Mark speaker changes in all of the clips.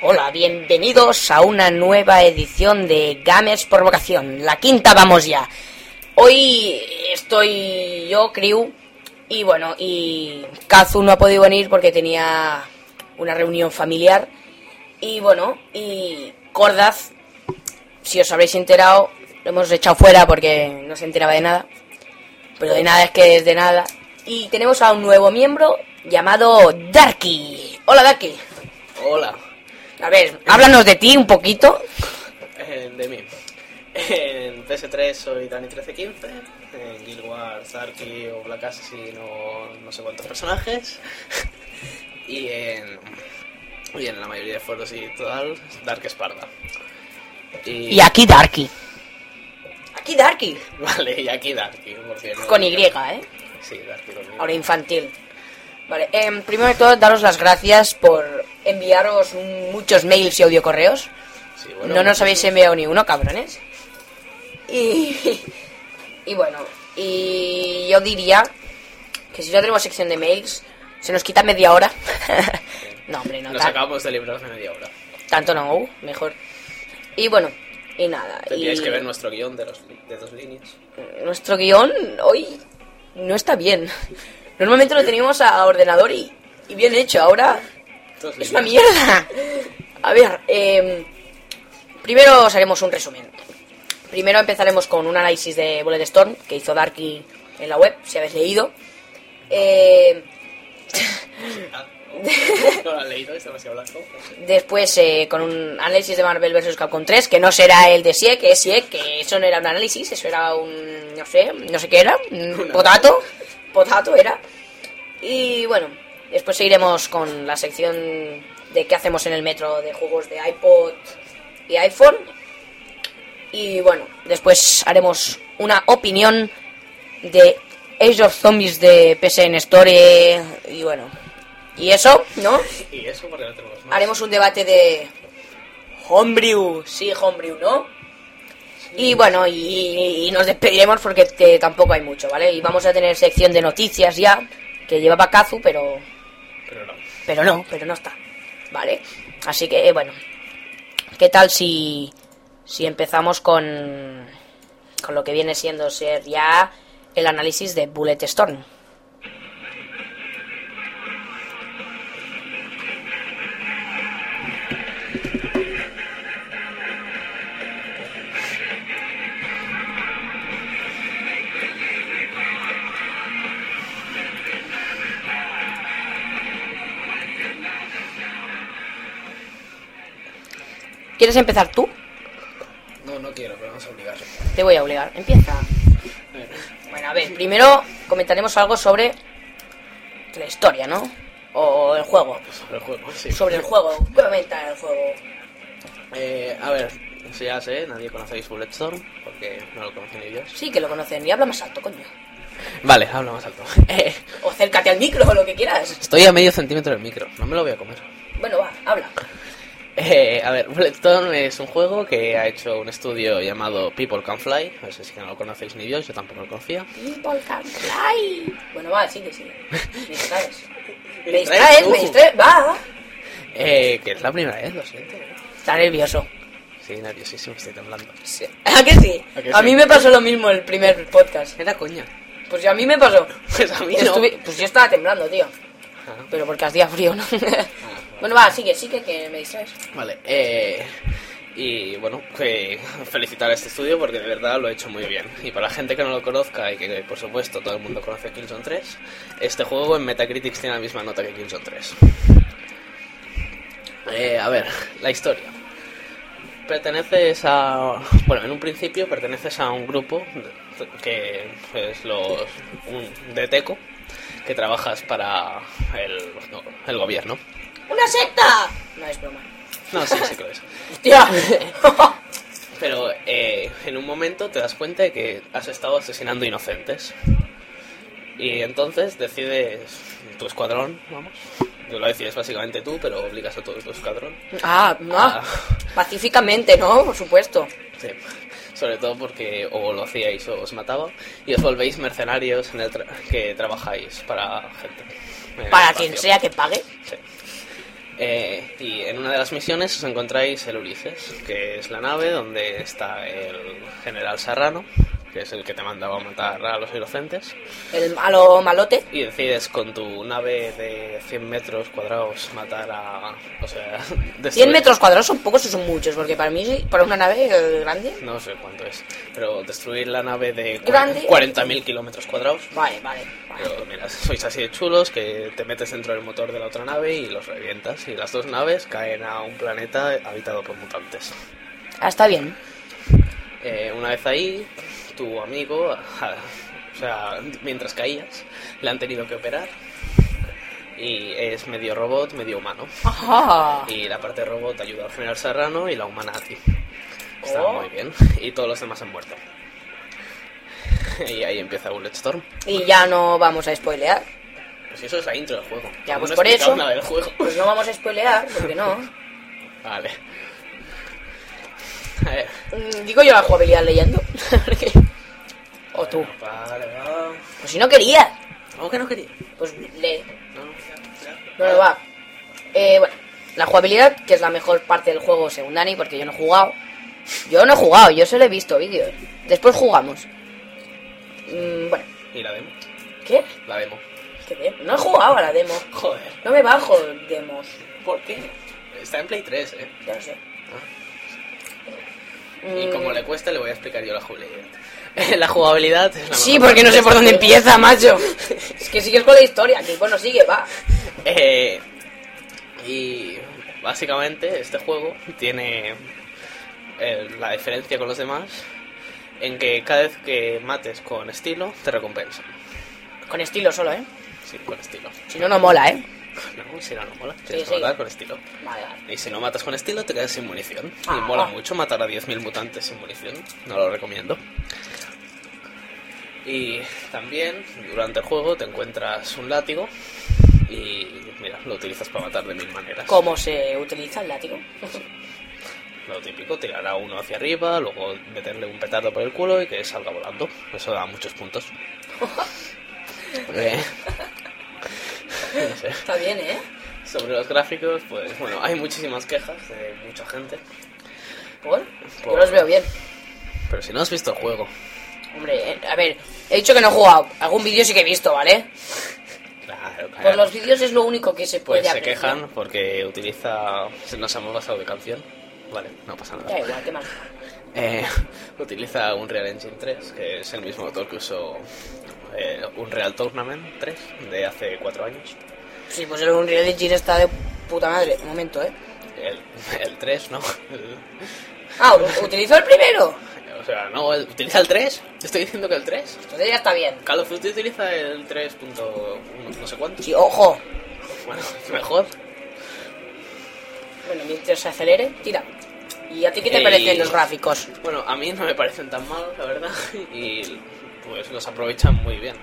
Speaker 1: Hola, bienvenidos a una nueva edición de Games por Vocación. La quinta, vamos ya. Hoy estoy yo, Crew, y bueno, y Kazu no ha podido venir porque tenía una reunión familiar. Y bueno, y Cordaz, si os habréis enterado, lo hemos echado fuera porque no se enteraba de nada. Pero de nada es que es de nada. Y tenemos a un nuevo miembro llamado Darky. Hola, Darky.
Speaker 2: Hola,
Speaker 1: A ver, háblanos de ti un poquito.
Speaker 2: eh, de mí. En PS3 soy Dani1315, en Guild Wars, Darky o Black Assassin o no sé cuántos personajes. Y en, y en la mayoría de foros y tal, Dark Esparda.
Speaker 1: Y aquí Darky. Aquí Darky.
Speaker 2: Vale, y aquí Darky. porque no-
Speaker 1: Con Y, ¿eh?
Speaker 2: Sí, Darky con Y.
Speaker 1: Ahora infantil. Vale, em, primero de todo, daros las gracias por enviaros muchos mails y audiocorreos.
Speaker 2: Sí,
Speaker 1: no nos habéis enviado ni uno, cabrones. Y, y bueno, y yo diría que si no tenemos sección de mails, se nos quita media hora. no, hombre, no,
Speaker 2: Nos
Speaker 1: tan-
Speaker 2: acabamos de librar de media hora.
Speaker 1: tanto no, uh, mejor. Y bueno, y nada.
Speaker 2: Tendríais
Speaker 1: y-
Speaker 2: que ver nuestro guión de, los, de dos líneas.
Speaker 1: Nuestro guión hoy no está bien. Normalmente lo teníamos a ordenador y, y bien hecho. Ahora
Speaker 2: Dos
Speaker 1: es una
Speaker 2: líneas.
Speaker 1: mierda. A ver, eh, primero os haremos un resumen. Primero empezaremos con un análisis de Bullet Storm que hizo Darky en la web, si habéis leído. Eh,
Speaker 2: Ah, No lo han leído, es demasiado blanco.
Speaker 1: Después eh, con un análisis de Marvel vs. Capcom 3, que no será el de SIE, que es SIE, que eso no era un análisis, eso era un, no sé, no sé qué era, un
Speaker 2: Una-
Speaker 1: potato, potato era. Y bueno, después seguiremos con la sección de qué hacemos en el metro de juegos de iPod y iPhone. Y bueno, después haremos una opinión de Age of Zombies de PSN Store y bueno, y eso, ¿no?
Speaker 2: Y eso porque no tenemos más.
Speaker 1: haremos un debate de Homebrew, sí, Homebrew, ¿no? Y bueno, y, y nos despediremos porque que tampoco hay mucho, ¿vale? Y vamos a tener sección de noticias ya, que llevaba Kazu, pero,
Speaker 2: Pero no.
Speaker 1: pero no, pero no está, ¿vale? Así que, eh, bueno, ¿qué tal si, si empezamos con, con lo que viene siendo ser ya el análisis de Bullet Storm? ¿Quieres empezar tú?
Speaker 2: No, no quiero, pero vamos a obligar.
Speaker 1: Te voy a obligar. Empieza. Bueno, a ver, primero comentaremos algo sobre la historia, ¿no? O el juego.
Speaker 2: Sobre el juego, sí.
Speaker 1: Sobre el juego. Comenta el juego.
Speaker 2: Eh, a ver, si ya sé, nadie conocéis Bulletstorm, porque no lo conocen ni Dios.
Speaker 1: Sí, que lo conocen. Y habla más alto, coño.
Speaker 2: Vale, habla más alto. Eh,
Speaker 1: O acércate al micro o lo que quieras.
Speaker 2: estoy a medio centímetro del micro, no me lo voy a comer.
Speaker 1: Bueno, va, habla.
Speaker 2: Eh, a ver, Bulletstorm es un juego que ha hecho un estudio llamado People Can Fly. No sé si no lo conocéis ni Dios, yo tampoco lo conocía.
Speaker 1: People can fly. Bueno, va, sigue, sigue. Me distraes. Me
Speaker 2: Me
Speaker 1: distraes,
Speaker 2: distraes
Speaker 1: me
Speaker 2: tú.
Speaker 1: distraes. Va.
Speaker 2: Eh, que es la primera vez, lo siento. eh.
Speaker 1: Está nervioso.
Speaker 2: Sí, nerviosísimo, estoy temblando.
Speaker 1: ¿A que sí?
Speaker 2: ¿A que
Speaker 1: A
Speaker 2: sí?
Speaker 1: mí me pasó lo mismo el primer podcast.
Speaker 2: Era coña.
Speaker 1: Pues a mí me pasó.
Speaker 2: Pues a mí
Speaker 1: Yo
Speaker 2: no.
Speaker 1: estuve- pues yo estaba temblando, tío.
Speaker 2: Ah.
Speaker 1: Pero porque hacía frío, ¿no? bueno, va, sigue, sigue, que me distraes.
Speaker 2: Vale, eh, y bueno, que felicitar a este estudio porque de verdad lo ha hecho muy bien. Y para la gente que no lo conozca y que por supuesto todo el mundo conoce Killzone 3, este juego en Metacritic tiene la misma nota que Killzone 3. Eh, a ver, la historia. Perteneces a... Bueno, en un principio perteneces a un grupo que es los... Un, de Teco, que trabajas para el, el gobierno.
Speaker 1: ¡Una secta! No es broma.
Speaker 2: No, sí, sí que lo es.
Speaker 1: ¡Hostia!
Speaker 2: Pero eh, en un momento te das cuenta de que has estado asesinando inocentes. Y entonces decides tu escuadrón, vamos. Yo lo decides básicamente tú, pero obligas a todo tu escuadrón.
Speaker 1: ah, no.
Speaker 2: Ah.
Speaker 1: Pacíficamente, ¿no? Por supuesto.
Speaker 2: Sí. Sobre todo porque o lo hacíais o os mataba. Y os volvéis mercenarios en el tra- que trabajáis para gente. En el
Speaker 1: Para
Speaker 2: espacio.
Speaker 1: quien sea que pague.
Speaker 2: Sí. Eh, y en una de las misiones os encontráis el Ulises, que es la nave donde está el general Serrano, que es el que te mandaba a matar a los inocentes,
Speaker 1: El malo malote.
Speaker 2: y decides con tu nave de 100 metros cuadrados matar a... O sea, destruir-
Speaker 1: 100 metros cuadrados son pocos o son muchos, porque para mí, sí, para una nave eh, grande.
Speaker 2: No sé cuánto es, pero destruir la nave de
Speaker 1: Grande.
Speaker 2: 40.000 kilómetros cuadrados.
Speaker 1: Vale, vale. vale.
Speaker 2: Pero mira, sois así de chulos que te metes dentro del motor de la otra nave y los revientas. Y las dos naves caen a un planeta habitado por mutantes.
Speaker 1: Ah, está bien.
Speaker 2: Eh, una vez ahí, tu amigo, o sea, mientras caías, le han tenido que operar. Y es medio robot, medio humano.
Speaker 1: Ajá.
Speaker 2: Y la parte robot ayuda al general Serrano y la humana a ti. Está
Speaker 1: Oh.
Speaker 2: muy bien. Y todos los demás han muerto. y ahí empieza Bulletstorm.
Speaker 1: Y ya no vamos a spoilear.
Speaker 2: Pues eso es la intro del juego.
Speaker 1: Ya,
Speaker 2: No
Speaker 1: pues
Speaker 2: he
Speaker 1: por
Speaker 2: explicado
Speaker 1: eso.
Speaker 2: nada del juego.
Speaker 1: Pues no vamos a spoilear, porque no.
Speaker 2: Vale. A ver.
Speaker 1: Mm, Digo yo la jugabilidad leyendo. Porque- o tú.
Speaker 2: Vale, va.
Speaker 1: Pues si no querías,
Speaker 2: ¿Cómo que no quería?
Speaker 1: pues lee.
Speaker 2: No, no, ya,
Speaker 1: No, no, va. Eh, bueno, la jugabilidad, que es la mejor parte del juego, según Dani, porque yo no he jugado. Yo no he jugado, yo solo he visto vídeos. Después jugamos. Mm, bueno,
Speaker 2: ya. Y la demo.
Speaker 1: ¿qué?
Speaker 2: La demo.
Speaker 1: ¿Qué demo? No he jugado a la demo.
Speaker 2: Joder.
Speaker 1: No me bajo demos.
Speaker 2: ¿Por qué? Está en Play 3, ¿eh?
Speaker 1: Ya lo sé.
Speaker 2: Y
Speaker 1: Mm,
Speaker 2: como le cuesta, le voy a explicar yo la jugabilidad. la jugabilidad es la
Speaker 1: Sí,
Speaker 2: mejor
Speaker 1: porque no sé por dónde
Speaker 2: parte de este
Speaker 1: empieza, macho. Es que sigues con la historia, que bueno, sigue, va.
Speaker 2: juego. Eh, y básicamente este juego tiene eh, la diferencia con los demás en que cada vez que mates con estilo, te recompensan.
Speaker 1: Con estilo solo, ¿eh?
Speaker 2: Sí, con estilo.
Speaker 1: Si no, no mola, ¿eh?
Speaker 2: No, si no, no mola.
Speaker 1: Sí,
Speaker 2: Tienes
Speaker 1: sí.
Speaker 2: que matar con estilo.
Speaker 1: Vale, vale.
Speaker 2: Y si no matas con estilo, te quedas sin munición.
Speaker 1: Ah.
Speaker 2: Y mola mucho matar a 10.000 mutantes sin munición. No lo recomiendo. Y también, durante el juego, te encuentras un látigo. Y mira, lo utilizas para matar de mil maneras.
Speaker 1: ¿Cómo se utiliza el látigo?
Speaker 2: Lo típico, tirar a uno hacia arriba, luego meterle un petardo por el culo y que salga volando. Eso da muchos puntos. Eh, no sé.
Speaker 1: Está bien, ¿eh?
Speaker 2: Sobre los gráficos, pues bueno, hay muchísimas quejas de mucha gente.
Speaker 1: ¿Por? Yo
Speaker 2: Por-
Speaker 1: los veo bien.
Speaker 2: Pero si no has visto el juego,
Speaker 1: Hombre, eh, a ver, he dicho que no he jugado. Algún vídeo sí que he visto, ¿vale?
Speaker 2: Claro, claro.
Speaker 1: Por los vídeos es lo único que se puede
Speaker 2: Pues se
Speaker 1: apreciar.
Speaker 2: quejan porque utiliza. se Nos hemos basado de canción. Vale, no pasa
Speaker 1: Da
Speaker 2: nada.
Speaker 1: igual, qué más.
Speaker 2: Eh, utiliza Unreal Engine 3, que es el mismo motor que usó eh, Unreal Tournament 3 de hace 4 años.
Speaker 1: Sí, pues el Unreal Engine está de puta madre. Un momento, ¿eh?
Speaker 2: El, el 3, ¿no? El-
Speaker 1: Ah, u- utilizó el primero.
Speaker 2: o sea, no, el- utiliza el 3. Te estoy diciendo que el 3.
Speaker 1: Entonces ya está bien.
Speaker 2: Call of Duty utiliza el 3.1, no sé cuánto.
Speaker 1: Sí, ojo.
Speaker 2: Bueno, mejor.
Speaker 1: Bueno, mientras se acelere, tira. ¿Y a ti qué te
Speaker 2: Y-
Speaker 1: parecen los gráficos?
Speaker 2: Bueno, a mí no me parecen tan malos, la verdad, y pues los aprovechan muy bien.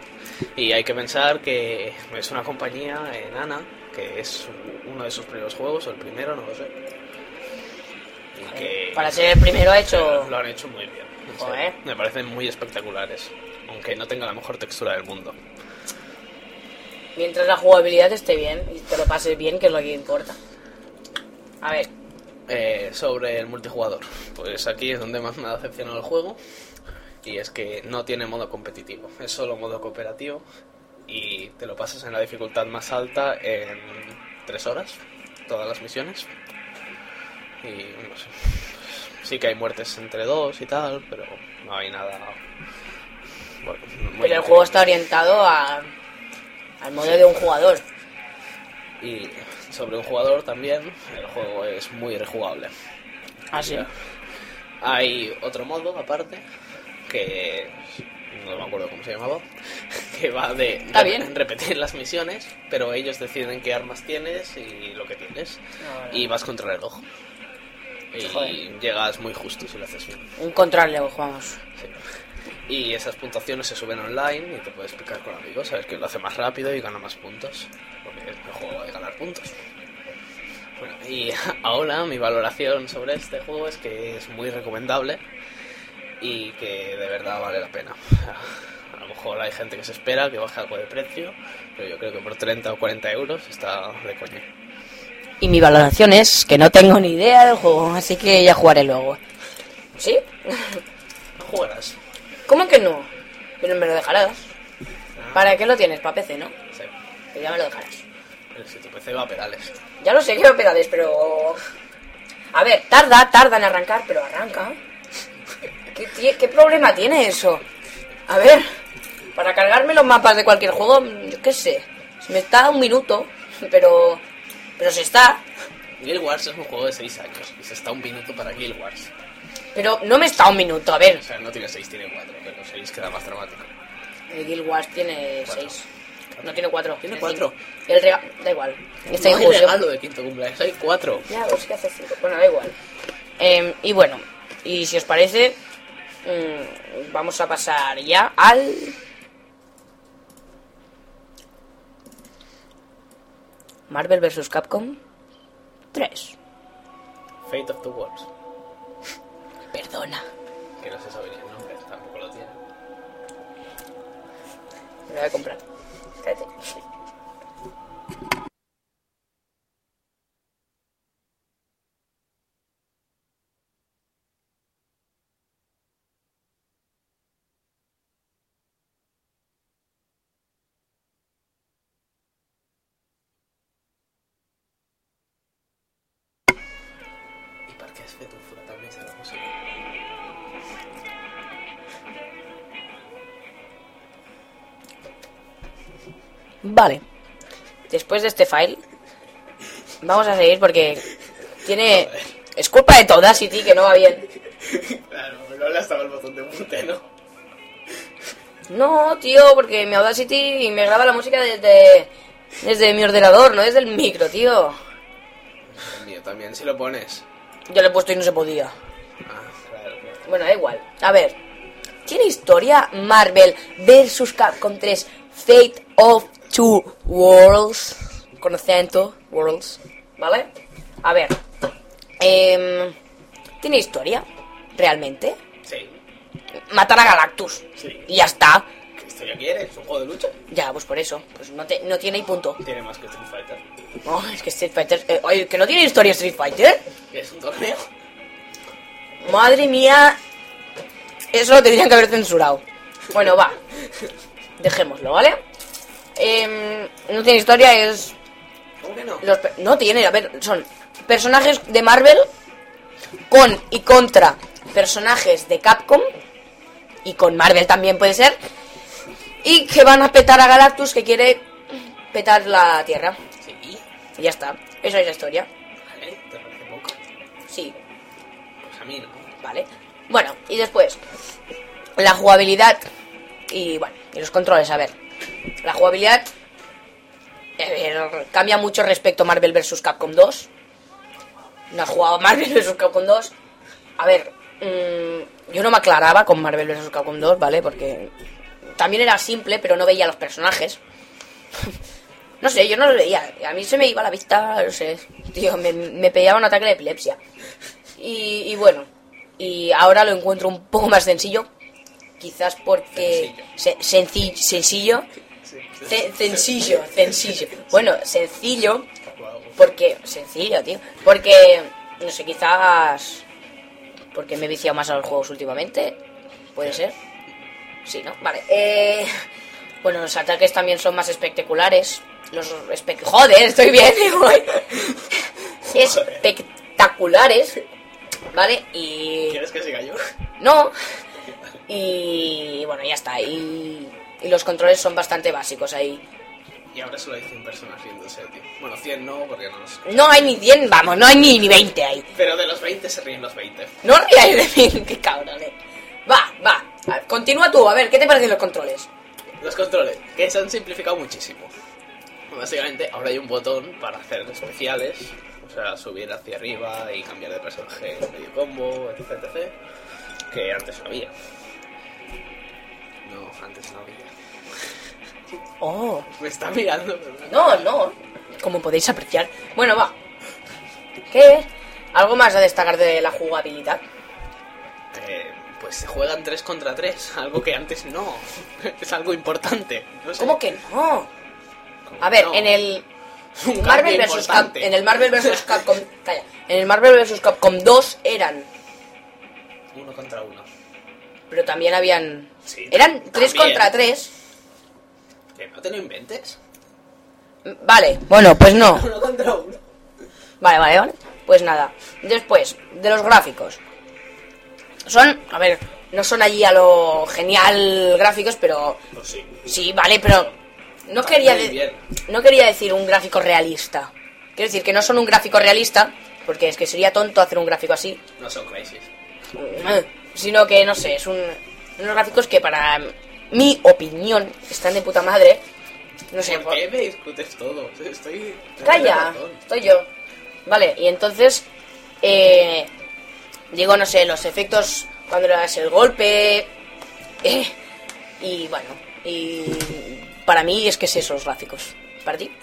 Speaker 2: Y hay que pensar que es una compañía enana, que es uno de sus primeros juegos, o el primero, no lo sé. Y que
Speaker 1: Para ser el primero ha hecho...
Speaker 2: lo han hecho muy bien. en serio.
Speaker 1: Joder.
Speaker 2: Me parecen muy espectaculares, aunque no tenga la mejor textura del mundo.
Speaker 1: Mientras la jugabilidad esté bien y te lo pases bien, que es lo que importa. A ver,
Speaker 2: Eh, sobre el multijugador, pues aquí es donde más me ha decepcionado el juego. Y es que no tiene modo competitivo, es solo modo cooperativo. Y te lo pasas en la dificultad más alta en tres horas, todas las misiones. Y no sé. Sí que hay muertes entre dos y tal, pero no hay nada. bueno, muy
Speaker 1: pero el juego
Speaker 2: increíble.
Speaker 1: está orientado a... al modo de un jugador.
Speaker 2: Y sobre un jugador también, el juego es muy rejugable.
Speaker 1: Así.
Speaker 2: Ya. Hay otro modo aparte que no me acuerdo cómo se llamaba, que va de
Speaker 1: Está bien.
Speaker 2: repetir las misiones, pero ellos deciden qué armas tienes y lo que tienes y vas contra el reloj. Y
Speaker 1: Joder.
Speaker 2: llegas muy justo si lo haces bien.
Speaker 1: Un contrarreloj, vamos.
Speaker 2: sí. Y esas puntuaciones se suben online y te puedes picar con amigos, sabes que lo hace más rápido y gana más puntos, porque es el juego de ganar puntos. Bueno, y ahora mi valoración sobre este juego es que es muy recomendable y que de verdad vale la pena. A lo mejor hay gente que se espera que baje algo de precio, pero yo creo que por 30 o 40 euros está de coña.
Speaker 1: Y mi valoración es que no tengo ni idea del juego, así que ya jugaré luego. ¿Sí?
Speaker 2: No jugarás.
Speaker 1: ¿Cómo que no? Pero me lo dejarás.
Speaker 2: Ah,
Speaker 1: ¿Para qué lo tienes? Para PC, ¿no?
Speaker 2: Sí.
Speaker 1: Pero ya me lo dejarás.
Speaker 2: Pero Si tu PC va a pedales.
Speaker 1: Ya lo sé que lo pedales, pero... A ver, tarda, tarda en arrancar, pero arranca. ¿Qué, tie- qué problema tiene eso? A ver, para cargarme los mapas de cualquier juego, mm, yo qué sé. Se me está un minuto, pero... Pero se está.
Speaker 2: Guild Wars es un juego de 6 años y se está un minuto para Guild Wars.
Speaker 1: Pero no me está un minuto, a ver.
Speaker 2: O sea, no tiene 6, tiene 4, pero 6 queda más dramático.
Speaker 1: El Guild Wars tiene
Speaker 2: Cuatro.
Speaker 1: 6. No tiene 4.
Speaker 2: Tiene cuatro.
Speaker 1: El rega- Da igual. Está
Speaker 2: no hay
Speaker 1: injusto.
Speaker 2: regalo de quinto cumpleaños, hay 4.
Speaker 1: Ya, pues que hace 5. Bueno, da igual. Em, y bueno, y si os parece, mm, vamos a pasar ya al. Marvel vs. Capcom 3.
Speaker 2: Fate of the Wars.
Speaker 1: Perdona.
Speaker 2: Que no se sabe ni el nombre, tampoco lo tiene.
Speaker 1: Me lo voy a comprar. Cállate.
Speaker 2: ¿Y para qué es Fetufura también se la música?
Speaker 1: Vale. Después de este file, vamos a seguir porque tiene. Es culpa de toda City que no va bien.
Speaker 2: Claro, pero le estaba el botón de mute, ¿no?
Speaker 1: No, tío, porque mi Audacity me graba la música desde, desde mi ordenador, no desde el micro, tío.
Speaker 2: El mío también, si lo pones.
Speaker 1: Yo le he puesto y no se podía.
Speaker 2: Ah, claro, claro.
Speaker 1: Bueno, da igual. A ver, ¿tiene historia Marvel vs. Capcom 3 Fate of Two Worlds? Con acento, Worlds, ¿vale? A ver, em, ¿tiene historia realmente?
Speaker 2: Sí,
Speaker 1: Matar a Galactus.
Speaker 2: Sí.
Speaker 1: Y ya está.
Speaker 2: ¿qué historia quieres? ¿Es un juego de lucha?
Speaker 1: Ya, pues por eso. Pues no, te- no tiene y punto.
Speaker 2: Tiene más que Street Fighter.
Speaker 1: No, es que Street Fighter. eh, oye, que no tiene historia Street Fighter.
Speaker 2: ¿Es un torneo?
Speaker 1: Madre mía. Eso lo tendrían que haber censurado. Bueno, va. Dejémoslo, ¿vale? Em, no tiene historia, es.
Speaker 2: ¿Cómo que no?
Speaker 1: los pe- no tiene, a ver, son personajes de Marvel con y contra personajes de Capcom y con Marvel también puede ser. Y que van a petar a Galactus que quiere petar la Tierra.
Speaker 2: Sí,
Speaker 1: Y ya está. Esa es la historia.
Speaker 2: vale, te parece poco.
Speaker 1: Sí,
Speaker 2: Pues a mí no.
Speaker 1: ¿vale? Bueno, y después, la jugabilidad y bueno, y los controles, a ver. La jugabilidad eh, eh, cambia mucho respecto a Marvel vs. Capcom 2. No he jugado a Marvel vs. Capcom 2. A ver, mm, yo no me aclaraba con Marvel vs. Capcom 2, ¿vale? Porque también era simple, pero no veía los personajes. no sé, yo no los veía. A mí se me iba la vista, no sé. Tío, me, me pegaba un ataque de epilepsia. Y, y bueno, y ahora lo encuentro un poco más sencillo. Quizás porque... se- senci- sencillo.
Speaker 2: Sí,
Speaker 1: Ce- sencillo, sencillo. Bueno, sencillo
Speaker 2: Guau.
Speaker 1: porque... Sencillo, tío. Porque, no sé, quizás... Porque me he viciado más a los juegos últimamente. Puede ser. Sí, ¿no? Vale. Eh, bueno, los ataques también son más espectaculares. Los espe- Joder, estoy bien, güey. Espectaculares. ¿Vale? Y...
Speaker 2: ¿Quieres que siga yo?
Speaker 1: No. Y bueno, ya está. Y, y los controles son bastante básicos ahí.
Speaker 2: Y ahora solo hay 100 personas riéndose de ti. Bueno, 100 no, porque no los...
Speaker 1: No hay ni 100, vamos, no hay ni, ni 20 ahí.
Speaker 2: Pero de los 20 se ríen los 20.
Speaker 1: No ríais de mí, qué cabrón, eh. Va, va. A ver, Continúa tú, a ver, ¿qué te parecen los controles?
Speaker 2: Los controles, que se han simplificado muchísimo. Básicamente, ahora hay un botón para hacer especiales, o sea, subir hacia arriba y cambiar de personaje en medio combo, etc, etc. Que antes no había. No, antes no había.
Speaker 1: Oh.
Speaker 2: Me está mirando, ¿verdad?
Speaker 1: No, no. Como podéis apreciar. Bueno, va. ¿Qué? ¿Algo más a destacar de la jugabilidad?
Speaker 2: Eh, pues se juegan 3 contra 3, algo que antes no. es algo importante. No sé.
Speaker 1: ¿Cómo que no?
Speaker 2: ¿Cómo
Speaker 1: A ver,
Speaker 2: no?
Speaker 1: en el.
Speaker 2: Un
Speaker 1: Marvel
Speaker 2: cambio
Speaker 1: vs. Cap,
Speaker 2: importante.
Speaker 1: en el Marvel vs. Capcom, calla, en el Marvel vs. Capcom 2 eran,
Speaker 2: Uno contra uno.
Speaker 1: pero también habían,
Speaker 2: Sí,
Speaker 1: eran 3
Speaker 2: también.
Speaker 1: contra 3.
Speaker 2: ¿Que no te lo inventes?
Speaker 1: Vale, bueno, pues no.
Speaker 2: Uno contra uno.
Speaker 1: Vale, vale, vale. Pues nada. Después, de los gráficos. Son, a ver, no son allí a lo genial gráficos, pero
Speaker 2: Pues sí.
Speaker 1: sí, vale, pero no quería,
Speaker 2: Muy
Speaker 1: de-
Speaker 2: bien.
Speaker 1: no quería decir un gráfico realista. Quiero decir que no son un gráfico realista, porque es que sería tonto hacer un gráfico así,
Speaker 2: No son crisis.
Speaker 1: sino que, no sé, es un, unos gráficos que para mi opinión están de puta madre. No sé,
Speaker 2: ¿Por qué me discutes todo? Estoy...
Speaker 1: Calla,
Speaker 2: Perdón.
Speaker 1: soy yo. Vale, y entonces, eh, digo, no sé, los efectos cuando le das el golpe. eh, y bueno, y para mí es que es esos gráficos. ¿Para ti?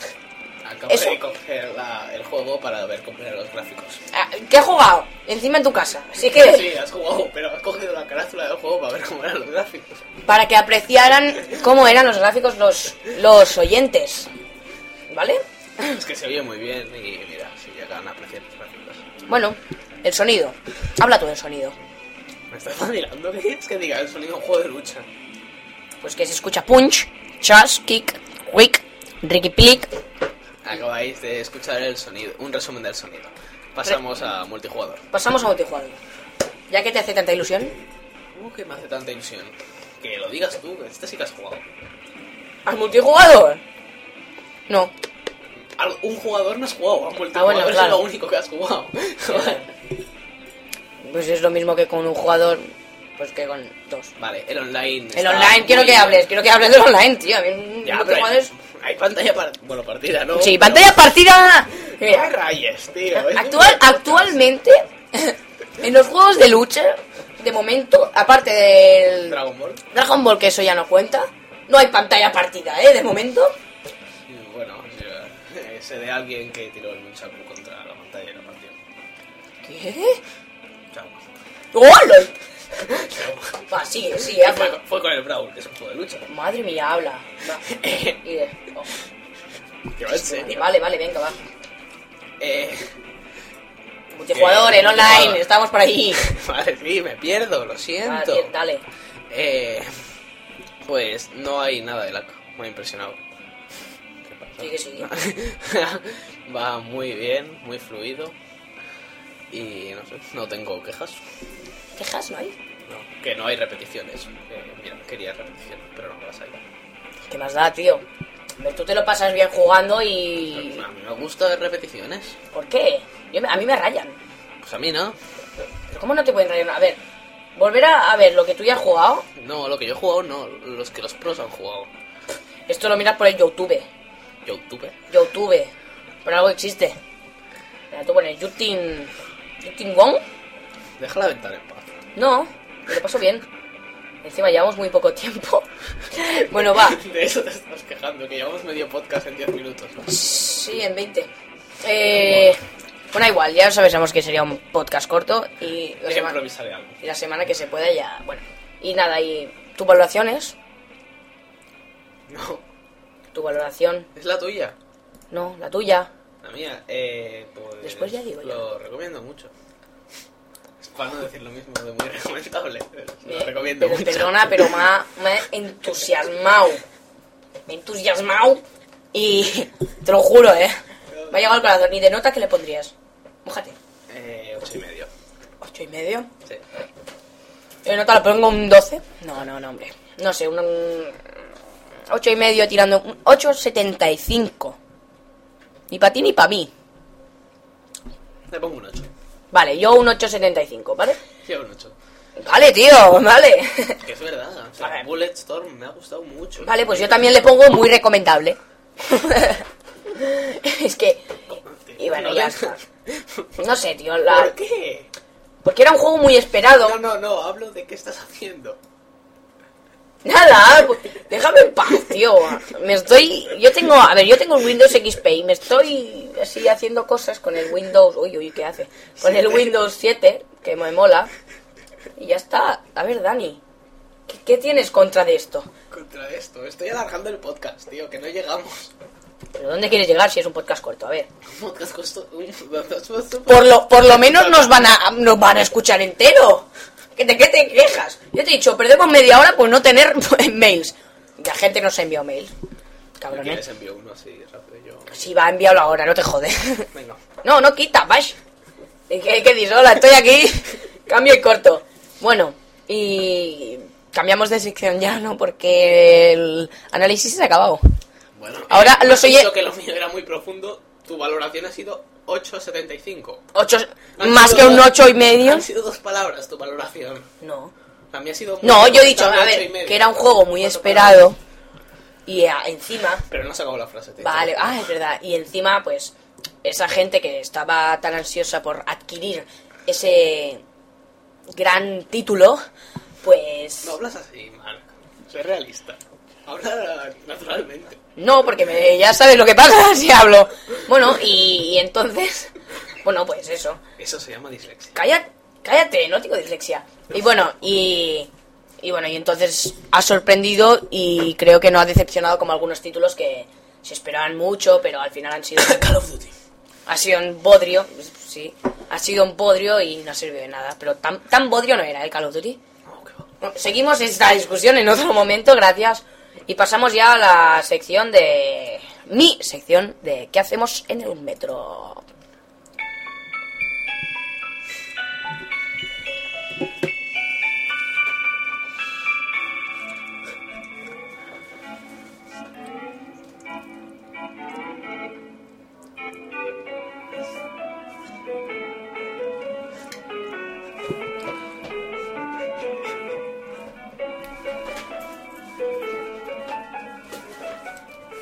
Speaker 2: Acabo
Speaker 1: Eso.
Speaker 2: de coger la- el juego para ver comprar los gráficos.
Speaker 1: Ah, ¿Qué has jugado? Encima en tu casa. Así que,
Speaker 2: Sí, has jugado, pero has cogido la carátula del juego para ver cómo eran los gráficos.
Speaker 1: para que apreciaran cómo eran los gráficos los, los oyentes. ¿Vale?
Speaker 2: Es que se oye muy bien y mira, si llegan a apreciar los gráficos.
Speaker 1: Bueno, el sonido. Habla tú del sonido.
Speaker 2: ¿Me estás mirando? ¿Qué quieres que diga? El sonido de un juego de lucha.
Speaker 1: Pues que se escucha punch, chas, kick, quick, ricky plick.
Speaker 2: Acabáis de escuchar el sonido, un resumen del sonido. Pasamos a multijugador.
Speaker 1: Pasamos a multijugador. Ya que te hace tanta ilusión.
Speaker 2: Uh, que me hace tanta ilusión. Que lo digas tú, que este sí que has jugado.
Speaker 1: ¿Al multijugador? No.
Speaker 2: Al- un jugador no has jugado, a un multijugador
Speaker 1: Ah, bueno,
Speaker 2: es
Speaker 1: claro.
Speaker 2: lo único que has jugado.
Speaker 1: Pues es lo mismo que con un jugador, pues que con dos.
Speaker 2: vale, el online.
Speaker 1: El online, quiero que hables, quiero que hables del online, tío. A mí un
Speaker 2: Ya, pero
Speaker 1: multijugador
Speaker 2: hay,
Speaker 1: es-
Speaker 2: hay pantalla para. Bueno, partida, ¿no?
Speaker 1: Sí,
Speaker 2: Pero-
Speaker 1: pantalla partida.
Speaker 2: No
Speaker 1: Mira,
Speaker 2: rayes, tío. es
Speaker 1: actual,
Speaker 2: un-
Speaker 1: actualmente, en los juegos de lucha, de momento, aparte del
Speaker 2: Dragon Ball.
Speaker 1: Dragon Ball, que eso ya no cuenta, no hay pantalla partida, ¿eh? De momento.
Speaker 2: Mm, Bueno, yo, eh, sé de alguien que tiró el nunchaku contra la pantalla y la partió.
Speaker 1: ¿Qué?
Speaker 2: Chao.
Speaker 1: ¡Hola!
Speaker 2: Chao.
Speaker 1: Va, Ah, sigue, sigue, hazlo.
Speaker 2: Fue, con- fue con el Brawl, que es un juego de lucha.
Speaker 1: Madre mía, habla. Va. Y de- oh,
Speaker 2: Yo, en serio.
Speaker 1: Vale, vale, venga, va.
Speaker 2: Eh,
Speaker 1: Multijugador, el
Speaker 2: multijugador.
Speaker 1: online, estamos por ahí.
Speaker 2: Vale, sí, me pierdo, lo
Speaker 1: Ah,
Speaker 2: siento.
Speaker 1: bien, dale.
Speaker 2: Eh, pues no hay nada de laca, me ha impresionado.
Speaker 1: Sigue, sigue.
Speaker 2: Va muy bien, muy fluido. Y no sé, no tengo quejas.
Speaker 1: ¿Quejas, no hay?
Speaker 2: No, que no hay repeticiones. Eh, mira, quería repetición, pero no las hay.
Speaker 1: ¿Qué más da, tío? A ver, tú te lo pasas bien jugando y...
Speaker 2: A mí me gusta repeticiones.
Speaker 1: ¿Por qué? Yo me- a mí me rayan.
Speaker 2: Pues a mí no.
Speaker 1: ¿Cómo no te pueden rayar? A ver, volver a, a ver lo que tú ya has jugado,
Speaker 2: No, lo que yo he jugado no, los que los pros han jugado.
Speaker 1: esto lo miras por el YouTube.
Speaker 2: YouTube.
Speaker 1: YouTube. Por algo existe. Mira, tú pones Justin... Justin Wong.
Speaker 2: Deja la ventana en paz.
Speaker 1: No, me lo paso bien. Encima llevamos muy poco tiempo. bueno, va.
Speaker 2: De eso te estás quejando, que llevamos medio podcast en 10 minutos.
Speaker 1: Sí, en 20. Eh, bueno, igual, ya os avisamos que sería un podcast corto y la,
Speaker 2: Yo
Speaker 1: sema-
Speaker 2: improvisaré algo.
Speaker 1: y la semana que se pueda ya, bueno. Y nada, y tu valoración es,
Speaker 2: No,
Speaker 1: tu valoración,
Speaker 2: es la tuya.
Speaker 1: no, la tuya.
Speaker 2: La mía, eh, pues.
Speaker 1: Después ya digo yo.
Speaker 2: Lo recomiendo mucho. Es para no decir lo mismo de muy recomendable. pero Lo
Speaker 1: Eh,
Speaker 2: recomiendo
Speaker 1: pero-
Speaker 2: mucho.
Speaker 1: Perdona, pero me ha, me ha entusiasmado. Me ha entusiasmado y te lo juro, ¿eh? Me ha llegado al corazón. ¿Y de nota que le pondrías? Mójate.
Speaker 2: Eh, ocho y medio.
Speaker 1: ¿Ocho y medio?
Speaker 2: Sí.
Speaker 1: Eh, nota le pongo un 12. No, no, no, hombre. No sé, un, un 8 y medio tirando un 8,75. Ni para ti ni para mí.
Speaker 2: Le pongo un 8.
Speaker 1: Vale, yo un 8,75, ¿vale?
Speaker 2: Yo un 8.
Speaker 1: Vale, tío, vale.
Speaker 2: Que es verdad. O sea,
Speaker 1: A ver.
Speaker 2: Bulletstorm me ha gustado mucho.
Speaker 1: Vale, pues yo también le pongo muy recomendable. es que... Y bueno,
Speaker 2: No
Speaker 1: ya
Speaker 2: te-
Speaker 1: está. No sé, tío, la-
Speaker 2: ¿Por qué?
Speaker 1: porque era un juego muy esperado.
Speaker 2: No, no, no, hablo de qué estás haciendo.
Speaker 1: Nada, pues, déjame en paz, tío. Me estoy. Yo tengo. A ver, yo tengo un Windows XP y me estoy así haciendo cosas con el Windows. Uy, uy, ¿qué hace? Con el Windows 7, que me mola. Y ya está. A ver, Dani, ¿qué, qué tienes contra de esto?
Speaker 2: Contra esto, estoy alargando el podcast, tío, que no llegamos.
Speaker 1: ¿Pero dónde quieres llegar si es un podcast corto? A ver.
Speaker 2: Podcast costo- un-
Speaker 1: Por lo, por lo menos nos van a nos van a escuchar entero. ¿Qué te, qué te quejas? Yo te he dicho, perdemos media hora por no tener mails. La gente nos envió mails.
Speaker 2: Si
Speaker 1: Cabrones.
Speaker 2: quieres envío uno así rápido yo.
Speaker 1: Si va, enviarlo ahora, no te jode.
Speaker 2: Venga.
Speaker 1: No, no quita, vas. ¿Y ¿Qué, qué dices? Hola, estoy aquí. Cambio y corto. Bueno, y cambiamos de sección ya, ¿no? Porque el análisis se ha acabado.
Speaker 2: Bueno.
Speaker 1: Ahora
Speaker 2: eh,
Speaker 1: los
Speaker 2: has dicho
Speaker 1: oye-
Speaker 2: que lo mío era muy profundo. Tu valoración ha sido 8.75.
Speaker 1: Ocho,
Speaker 2: Han
Speaker 1: más
Speaker 2: sido
Speaker 1: que un
Speaker 2: dos-
Speaker 1: ocho y medio.
Speaker 2: Han sido dos palabras tu valoración.
Speaker 1: No.
Speaker 2: A mí ha sido. muy
Speaker 1: No, yo he dicho,
Speaker 2: corta,
Speaker 1: a
Speaker 2: un Ah, ocho y
Speaker 1: ver,
Speaker 2: medio.
Speaker 1: que era un juego muy
Speaker 2: Cuatro
Speaker 1: esperado.
Speaker 2: palabras.
Speaker 1: Y ah, encima,
Speaker 2: Pero no se acabó la frase. te he
Speaker 1: vale,
Speaker 2: dicho.
Speaker 1: ah, es verdad. Y encima, pues, esa gente que estaba tan ansiosa por adquirir ese gran título, pues.
Speaker 2: No hablas así, Mark. Soy realista. Habla naturalmente.
Speaker 1: No, porque me- ya sabes lo que pasa si hablo. Bueno, y, y entonces. Bueno, pues eso.
Speaker 2: Eso se llama dislexia.
Speaker 1: Cállate, cállate, no tengo dislexia. Y bueno, y. Y bueno, y entonces ha sorprendido y creo que no ha decepcionado como algunos títulos que se esperaban mucho, pero al final han sido.
Speaker 2: Call of Duty.
Speaker 1: Ha sido un bodrio, sí. Ha sido un bodrio y no ha servido de nada. Pero tan, tan bodrio no era el Call of Duty.
Speaker 2: No, Oh, qué va.
Speaker 1: Bueno, Seguimos esta discusión en otro momento, gracias. Y pasamos ya a la sección de. Mi sección de ¿Qué hacemos en el metro?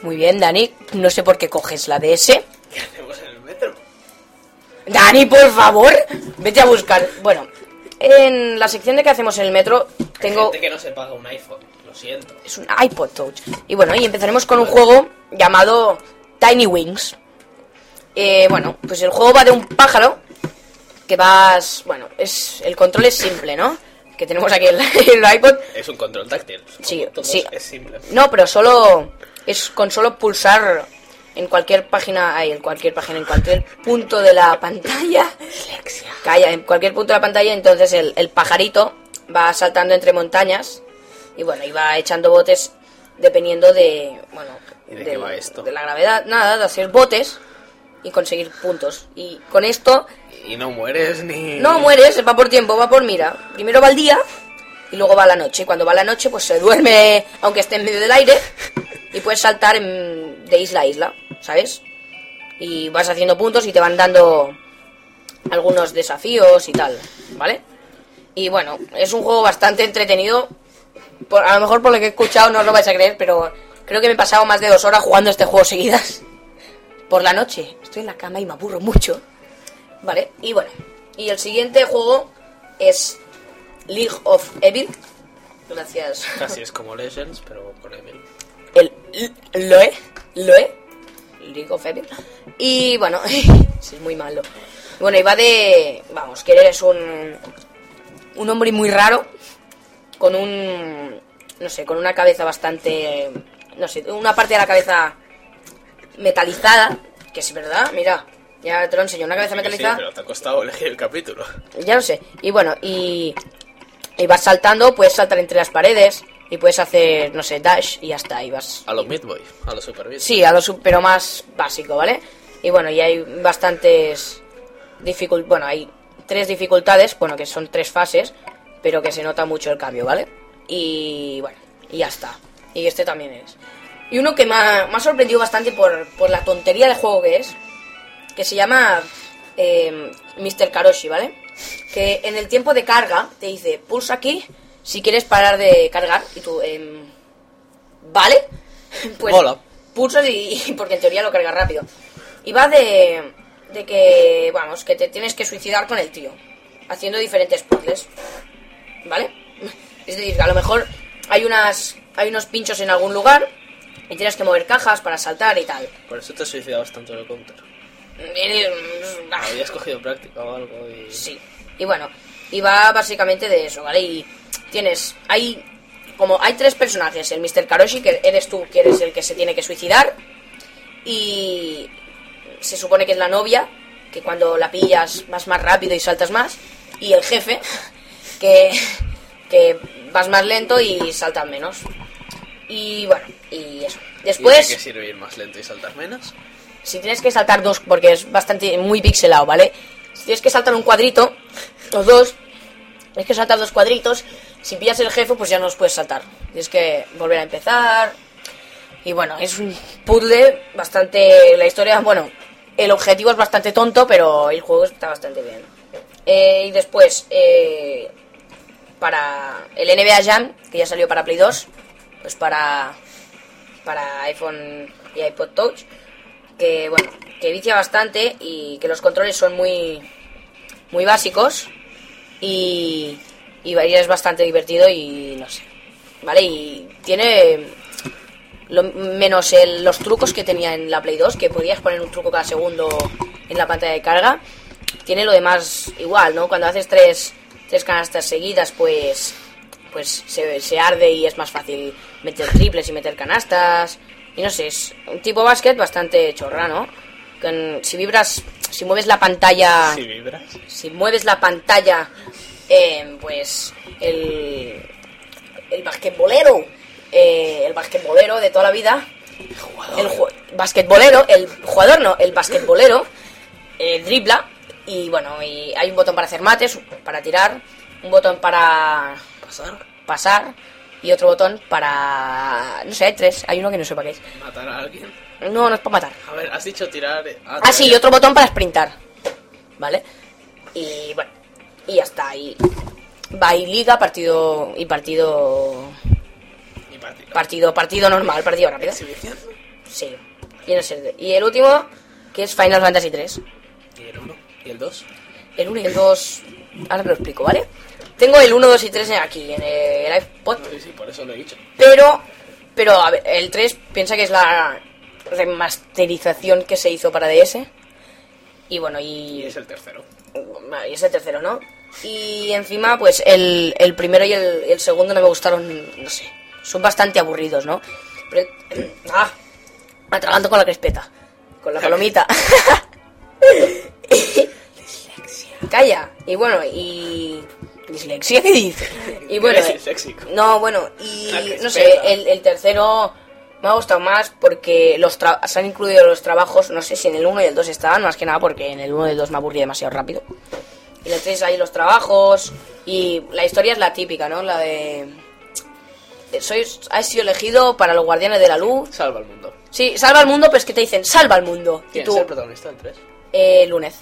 Speaker 1: Muy bien, Dani. No sé por qué coges la DS.
Speaker 2: ¿Qué hacemos en el metro?
Speaker 1: Dani, por favor, vete a buscar. Bueno, en la sección de ¿Qué hacemos en el metro?
Speaker 2: Hay
Speaker 1: Tengo.
Speaker 2: gente que no se paga un iPhone. Lo siento.
Speaker 1: Es un iPod Touch. Y bueno, y empezaremos con un juego llamado Tiny Wings. Eh, bueno, pues el juego va de un pájaro que vas... Bueno, es el control es simple, ¿no? Que tenemos aquí el, el iPod.
Speaker 2: Es un control táctil.
Speaker 1: Sí,
Speaker 2: Como todos,
Speaker 1: sí.
Speaker 2: Es simple.
Speaker 1: No, pero solo... Es con solo pulsar en cualquier página... Ay, en cualquier página, en cualquier punto de la pantalla. Calla, en cualquier punto de la pantalla, entonces el, el pajarito va saltando entre montañas y bueno, y va echando botes dependiendo de, bueno,
Speaker 2: ¿Y de qué va esto?
Speaker 1: de la gravedad, nada, de hacer botes y conseguir puntos. Y con esto
Speaker 2: Y no mueres ni.
Speaker 1: no mueres, va por tiempo, va por mira. Primero va el día y luego va la noche. Y cuando va la noche, pues se duerme, aunque esté en medio del aire, y puedes saltar en- de isla a isla, ¿sabes? Y vas haciendo puntos y te van dando algunos desafíos y tal, ¿vale? Y bueno, es un juego bastante entretenido. Por- a lo mejor por lo que he escuchado no os lo vais a creer, pero creo que me he pasado más de dos horas jugando este juego seguidas. Por la noche, estoy en la cama y me aburro mucho. Vale, y bueno. Y el siguiente juego es League of Evil. Gracias.
Speaker 2: Casi es como Legends, pero con Emil.
Speaker 1: El L- Loe. Loe. League of Evil. Y bueno, sí, es muy malo. Bueno, y va de. Vamos, que eres un. Un hombre muy raro. Con un. No sé, con una cabeza bastante. No sé, una parte de la cabeza metalizada. Que es verdad, mira. Ya te lo enseño, una cabeza metalizada.
Speaker 2: pero te ha costado elegir el capítulo.
Speaker 1: Ya lo sé. Y bueno, y, y vas saltando, puedes saltar entre las paredes y puedes hacer, no sé, dash y ya está. Y vas...
Speaker 2: A los Midboy, a los Super Meat.
Speaker 1: Sí, a lo su- pero más básico, ¿vale? Y bueno, y hay bastantes dificultades. Bueno, hay tres dificultades, bueno, que son tres fases, pero que se nota mucho el cambio, ¿vale? Y bueno, y ya está. Y este también es. Y uno que me ha, me ha sorprendido bastante por, por la tontería del juego que es, que se llama eh, Mr. Karoshi, ¿vale? Que en el tiempo de carga te dice, pulsa aquí si quieres parar de cargar y tú, em, ¿vale? Pues
Speaker 2: Mola.
Speaker 1: pulsas y, y- porque en teoría lo cargas rápido. Y va de, de que, vamos, que te tienes que suicidar con el tío, haciendo diferentes puzzles, ¿vale? Es decir, que a lo mejor hay, unas, hay unos pinchos en algún lugar y tienes que mover cajas para saltar y tal.
Speaker 2: Por eso te suicidabas tanto en el counter.
Speaker 1: Eres- ah.
Speaker 2: Habías cogido práctica o algo y.
Speaker 1: Sí. Y bueno, y va básicamente de eso, ¿vale? Y tienes, hay como hay tres personajes, el Mr. Karoshi que eres tú, que eres el que se tiene que suicidar, Y se supone que es la novia, que cuando la pillas vas más rápido y saltas más. Y el jefe, que, que vas más lento y saltas menos. Y bueno, y eso. Después...
Speaker 2: ¿Y de qué sirve ir más lento y saltar menos?
Speaker 1: si tienes que saltar dos, porque es bastante muy pixelado, ¿vale? Si tienes que saltar un cuadrito, los dos, tienes que saltar dos cuadritos, si pillas el jefe, pues ya no los puedes saltar. Tienes que volver a empezar. Y bueno, es un puzzle bastante. La historia, bueno, el objetivo es bastante tonto, pero el juego está bastante bien. Eh, y después, eh, para el NBA Jam, que ya salió para Play 2, pues para, para iPhone y iPod Touch que bueno, que vicia bastante y que los controles son muy muy básicos y, y es bastante divertido y no sé. ¿Vale? Y tiene lo, menos el- los trucos que tenía en la Play 2, que podías poner un truco cada segundo en la pantalla de carga. Tiene lo demás igual, ¿no? Cuando haces tres, tres canastas seguidas, pues pues se, se arde y es más fácil meter triples y meter canastas. Y no sé, es un tipo básquet bastante chorra, ¿no? Con- si vibras, si mueves la pantalla
Speaker 2: Si vibras.
Speaker 1: si mueves la pantalla, eh, pues el, el basquetbolero, eh, el basquetbolero de toda la vida, el ju- basquetbolero, el jugador no, el basquetbolero, eh, dribla y bueno, y hay un botón para hacer mates, para tirar, un botón para
Speaker 2: Pasar.
Speaker 1: pasar y otro botón para... no sé, hay tres, hay uno que no sé para qué es.
Speaker 2: Matar a alguien.
Speaker 1: No, no es para matar.
Speaker 2: A ver, has dicho tirar. eh,
Speaker 1: Ah, sí, y
Speaker 2: tirar.
Speaker 1: otro botón para sprintar. ¿Vale? Y bueno, y ya está. Y va y liga, partido y partido.
Speaker 2: Y partido.
Speaker 1: Partido, partido normal, partido rápido.
Speaker 2: Exhibición.
Speaker 1: Sí. Y, no sé, y el último, que es Final Fantasy 3.
Speaker 2: Y el 1. Y el 2.
Speaker 1: El 1 y el 2. Ahora te lo explico, ¿vale? Tengo el 1, 2 y 3 aquí, en el iPod.
Speaker 2: Sí, sí, por eso lo he dicho.
Speaker 1: Pero, pero a ver, el 3 piensa que es la remasterización que se hizo para DS. Y bueno,
Speaker 2: Y es el tercero.
Speaker 1: Vale, Y es el tercero, ¿no? Y encima, pues el, el primero y el, y el segundo no me gustaron, no sé. Son bastante aburridos, ¿no? Pero, ah, atragando con la crespeta. Con la palomita. Calla. Y bueno, y... Dislexia, ¿qué dice? Y bueno...
Speaker 2: Eres
Speaker 1: eh,
Speaker 2: disléxico.
Speaker 1: No, bueno, y
Speaker 2: La
Speaker 1: no
Speaker 2: crespeta.
Speaker 1: sé, el, el tercero me ha gustado más porque los tra- se han incluido los trabajos, no sé si en el 1 y el 2 estaban, más que nada porque en el 1 y el 2 me aburrí demasiado rápido. Y en el 3 hay los trabajos y la historia es la típica, ¿no? La de... de Sois, has sido elegido para los guardianes de la luz.
Speaker 2: Salva al mundo.
Speaker 1: Sí, salva al mundo, pero es que te dicen, salva al mundo. Y
Speaker 2: ¿Quién
Speaker 1: tú,
Speaker 2: es el protagonista del 3?
Speaker 1: eh, lunes.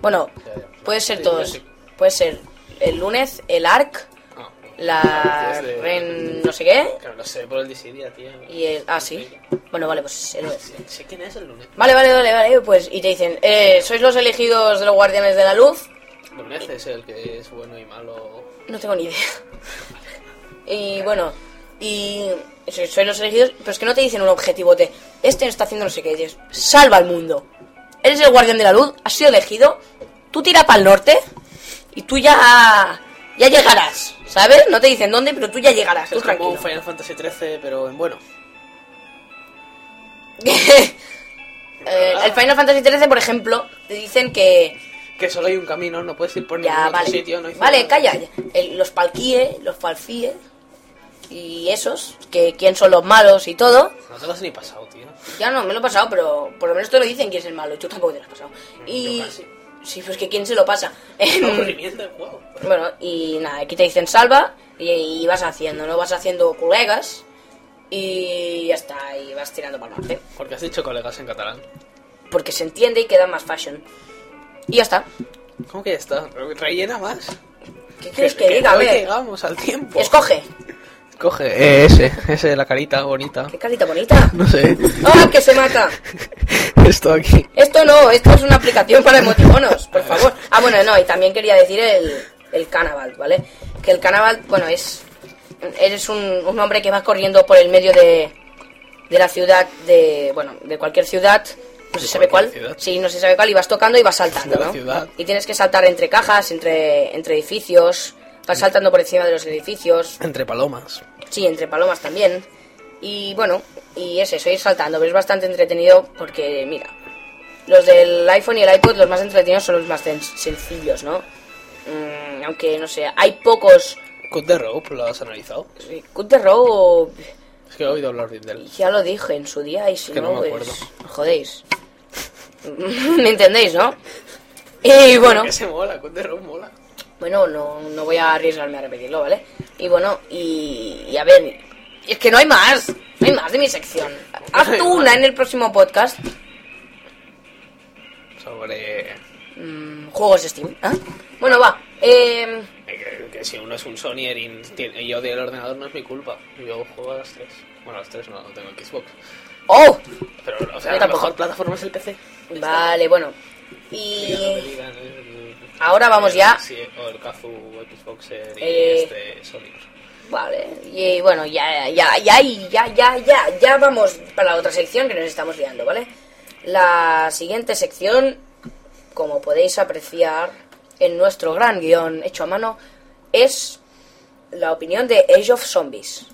Speaker 1: Bueno,
Speaker 2: Ya, ya.
Speaker 1: puede ser
Speaker 2: Sí,
Speaker 1: todos.
Speaker 2: ya sí.
Speaker 1: Puede ser el lunes, el arc,
Speaker 2: Ah,
Speaker 1: la
Speaker 2: Es de-
Speaker 1: ren no sé qué.
Speaker 2: Este, claro, lo sé por el disidia, tío.
Speaker 1: Y el. Ah, sí. Bueno, vale, pues el lunes.
Speaker 2: Sé- Sé quién es el lunes.
Speaker 1: Vale, vale, vale, vale. Pues, y te dicen, eh, sois los elegidos de los guardianes de la luz.
Speaker 2: Lunes es el que es bueno y malo.
Speaker 1: No tengo ni idea. Y bueno, y. Sois, sois los elegidos, pero es que no te dicen un objetivo. Te, este está haciendo no sé qué. Dices, salva al mundo. Eres el guardián de la luz, has sido elegido. Tú tira para el norte y tú ya. Ya llegarás, ¿sabes? No te dicen dónde, pero tú ya llegarás. Tú
Speaker 2: Es como
Speaker 1: tranquilo.
Speaker 2: un Final Fantasy XIII, pero en bueno.
Speaker 1: Eh, el Final Fantasy XIII, por ejemplo, te dicen que
Speaker 2: Que solo hay un camino, no puedes ir por ningún
Speaker 1: Ya,
Speaker 2: otro
Speaker 1: vale.
Speaker 2: sitio. No hay
Speaker 1: vale,
Speaker 2: forma.
Speaker 1: calla. El- los palquíe, los falfíe y esos, que quién son los malos y todo.
Speaker 2: No te lo has ni pasado, tío.
Speaker 1: Ya no, me lo he pasado, pero por lo menos te lo dicen quién es el malo. y Tú tampoco te lo has pasado. Y...
Speaker 2: yo casi.
Speaker 1: Sí, pues que quién se lo pasa.
Speaker 2: aburrimiento del juego.
Speaker 1: bueno, y nada, aquí te dicen salva y, y vas haciendo, ¿no? Vas haciendo colegas y ya está, y vas tirando para adelante.
Speaker 2: Porque has dicho colegas en catalán.
Speaker 1: Porque se entiende y queda más fashion. Y ya está.
Speaker 2: ¿Cómo que ya está? Rellena más.
Speaker 1: ¿Qué quieres que, diga? A
Speaker 2: hoy
Speaker 1: ver,
Speaker 2: llegamos al tiempo.
Speaker 1: escoge.
Speaker 2: Coge eh, ese, ese de la carita bonita.
Speaker 1: Qué carita bonita.
Speaker 2: No sé.
Speaker 1: ¡Ah, que se mata!
Speaker 2: Esto aquí.
Speaker 1: Esto no, esto es una aplicación para emoticonos, por favor. Ah, bueno, no, y también quería decir el, el Cannibal, ¿vale? Que el Cannibal, bueno, es. Eres un, un hombre que vas corriendo por el medio de, de la ciudad, de. Bueno, de cualquier ciudad, no se
Speaker 2: De
Speaker 1: sabe cuál.
Speaker 2: cualquier ciudad.
Speaker 1: Sí, no se sabe cuál, y vas tocando y vas saltando,
Speaker 2: De la
Speaker 1: ¿no?
Speaker 2: ciudad.
Speaker 1: Y tienes que saltar entre cajas, entre, entre edificios, vas saltando por encima de los edificios,
Speaker 2: Entre palomas.
Speaker 1: Sí, entre palomas también. Y bueno, y es eso, ir saltando, pero es bastante entretenido porque, mira, los del iPhone y el iPod, los más entretenidos son los más sen- sencillos, ¿no? Mm, aunque, no sé, hay pocos...
Speaker 2: Cut the Rope, ¿lo has analizado?
Speaker 1: Cut the Row,
Speaker 2: Es que he oído hablar bien de él.
Speaker 1: ya lo dije en su día y si
Speaker 2: que
Speaker 1: no,
Speaker 2: no me
Speaker 1: pues,
Speaker 2: acuerdo.
Speaker 1: jodéis. ¿Me entendéis, no? Y bueno...
Speaker 2: Que se mola, Cut the Rope mola.
Speaker 1: Bueno, no, no voy a arriesgarme a repetirlo, ¿vale? Y bueno, y, y a ver, es que no hay más, no hay más de mi sección. Haz tú una en el próximo podcast.
Speaker 2: Sobre... eh,
Speaker 1: Mm, juegos Steam, ¿ah? Bueno, va. Eh,
Speaker 2: Que, que si uno es un Sony y, tiene- y odia el ordenador no es mi culpa. Yo juego a las tres. Bueno, a las tres no, no tengo Xbox.
Speaker 1: ¡Oh!
Speaker 2: Pero, o
Speaker 1: Yo
Speaker 2: sea, la
Speaker 1: tampoco.
Speaker 2: mejor plataforma es el PC.
Speaker 1: Vale, bueno.
Speaker 2: Digan lo que
Speaker 1: Y...
Speaker 2: digan, eh, el-
Speaker 1: Ahora vamos
Speaker 2: el
Speaker 1: ya.
Speaker 2: Sí, o el Kazu Xboxer y
Speaker 1: Eh.
Speaker 2: este Sony.
Speaker 1: Vale, y bueno, ya, ya, ya, ya, ya, ya, ya vamos para la otra sección que nos estamos liando, ¿vale? La siguiente sección, como podéis apreciar en nuestro gran guión hecho a mano, es la opinión de Age of Zombies.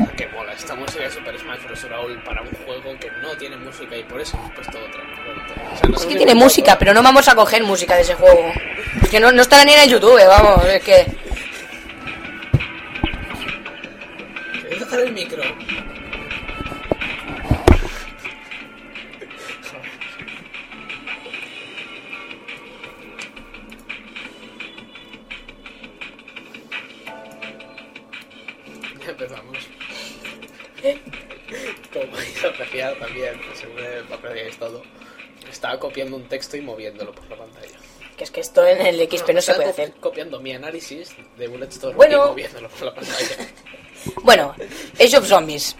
Speaker 2: Ah, Que mola, esta música de Super Smash Bros. Brawl para un juego que no tiene música y por eso hemos puesto otra. O sea, no
Speaker 1: Es
Speaker 2: son
Speaker 1: que
Speaker 2: ni
Speaker 1: tiene
Speaker 2: puta
Speaker 1: música,
Speaker 2: broma.
Speaker 1: pero no vamos a coger música de ese juego. Es que no, no estará ni en el YouTube, vamos, es que...
Speaker 2: Voy a tocar el micro. Ya empezamos.
Speaker 1: ¿Eh?
Speaker 2: Como podéis apreciar también, pues, siempre apreciáis todo. Estaba copiando un texto y moviéndolo por la pantalla.
Speaker 1: Que es que esto en el XP no se
Speaker 2: Estaba
Speaker 1: puede
Speaker 2: co-
Speaker 1: hacer.
Speaker 2: copiando mi análisis de Bulletstorm
Speaker 1: Bueno.
Speaker 2: y moviéndolo por la pantalla.
Speaker 1: Bueno, Age of Zombies.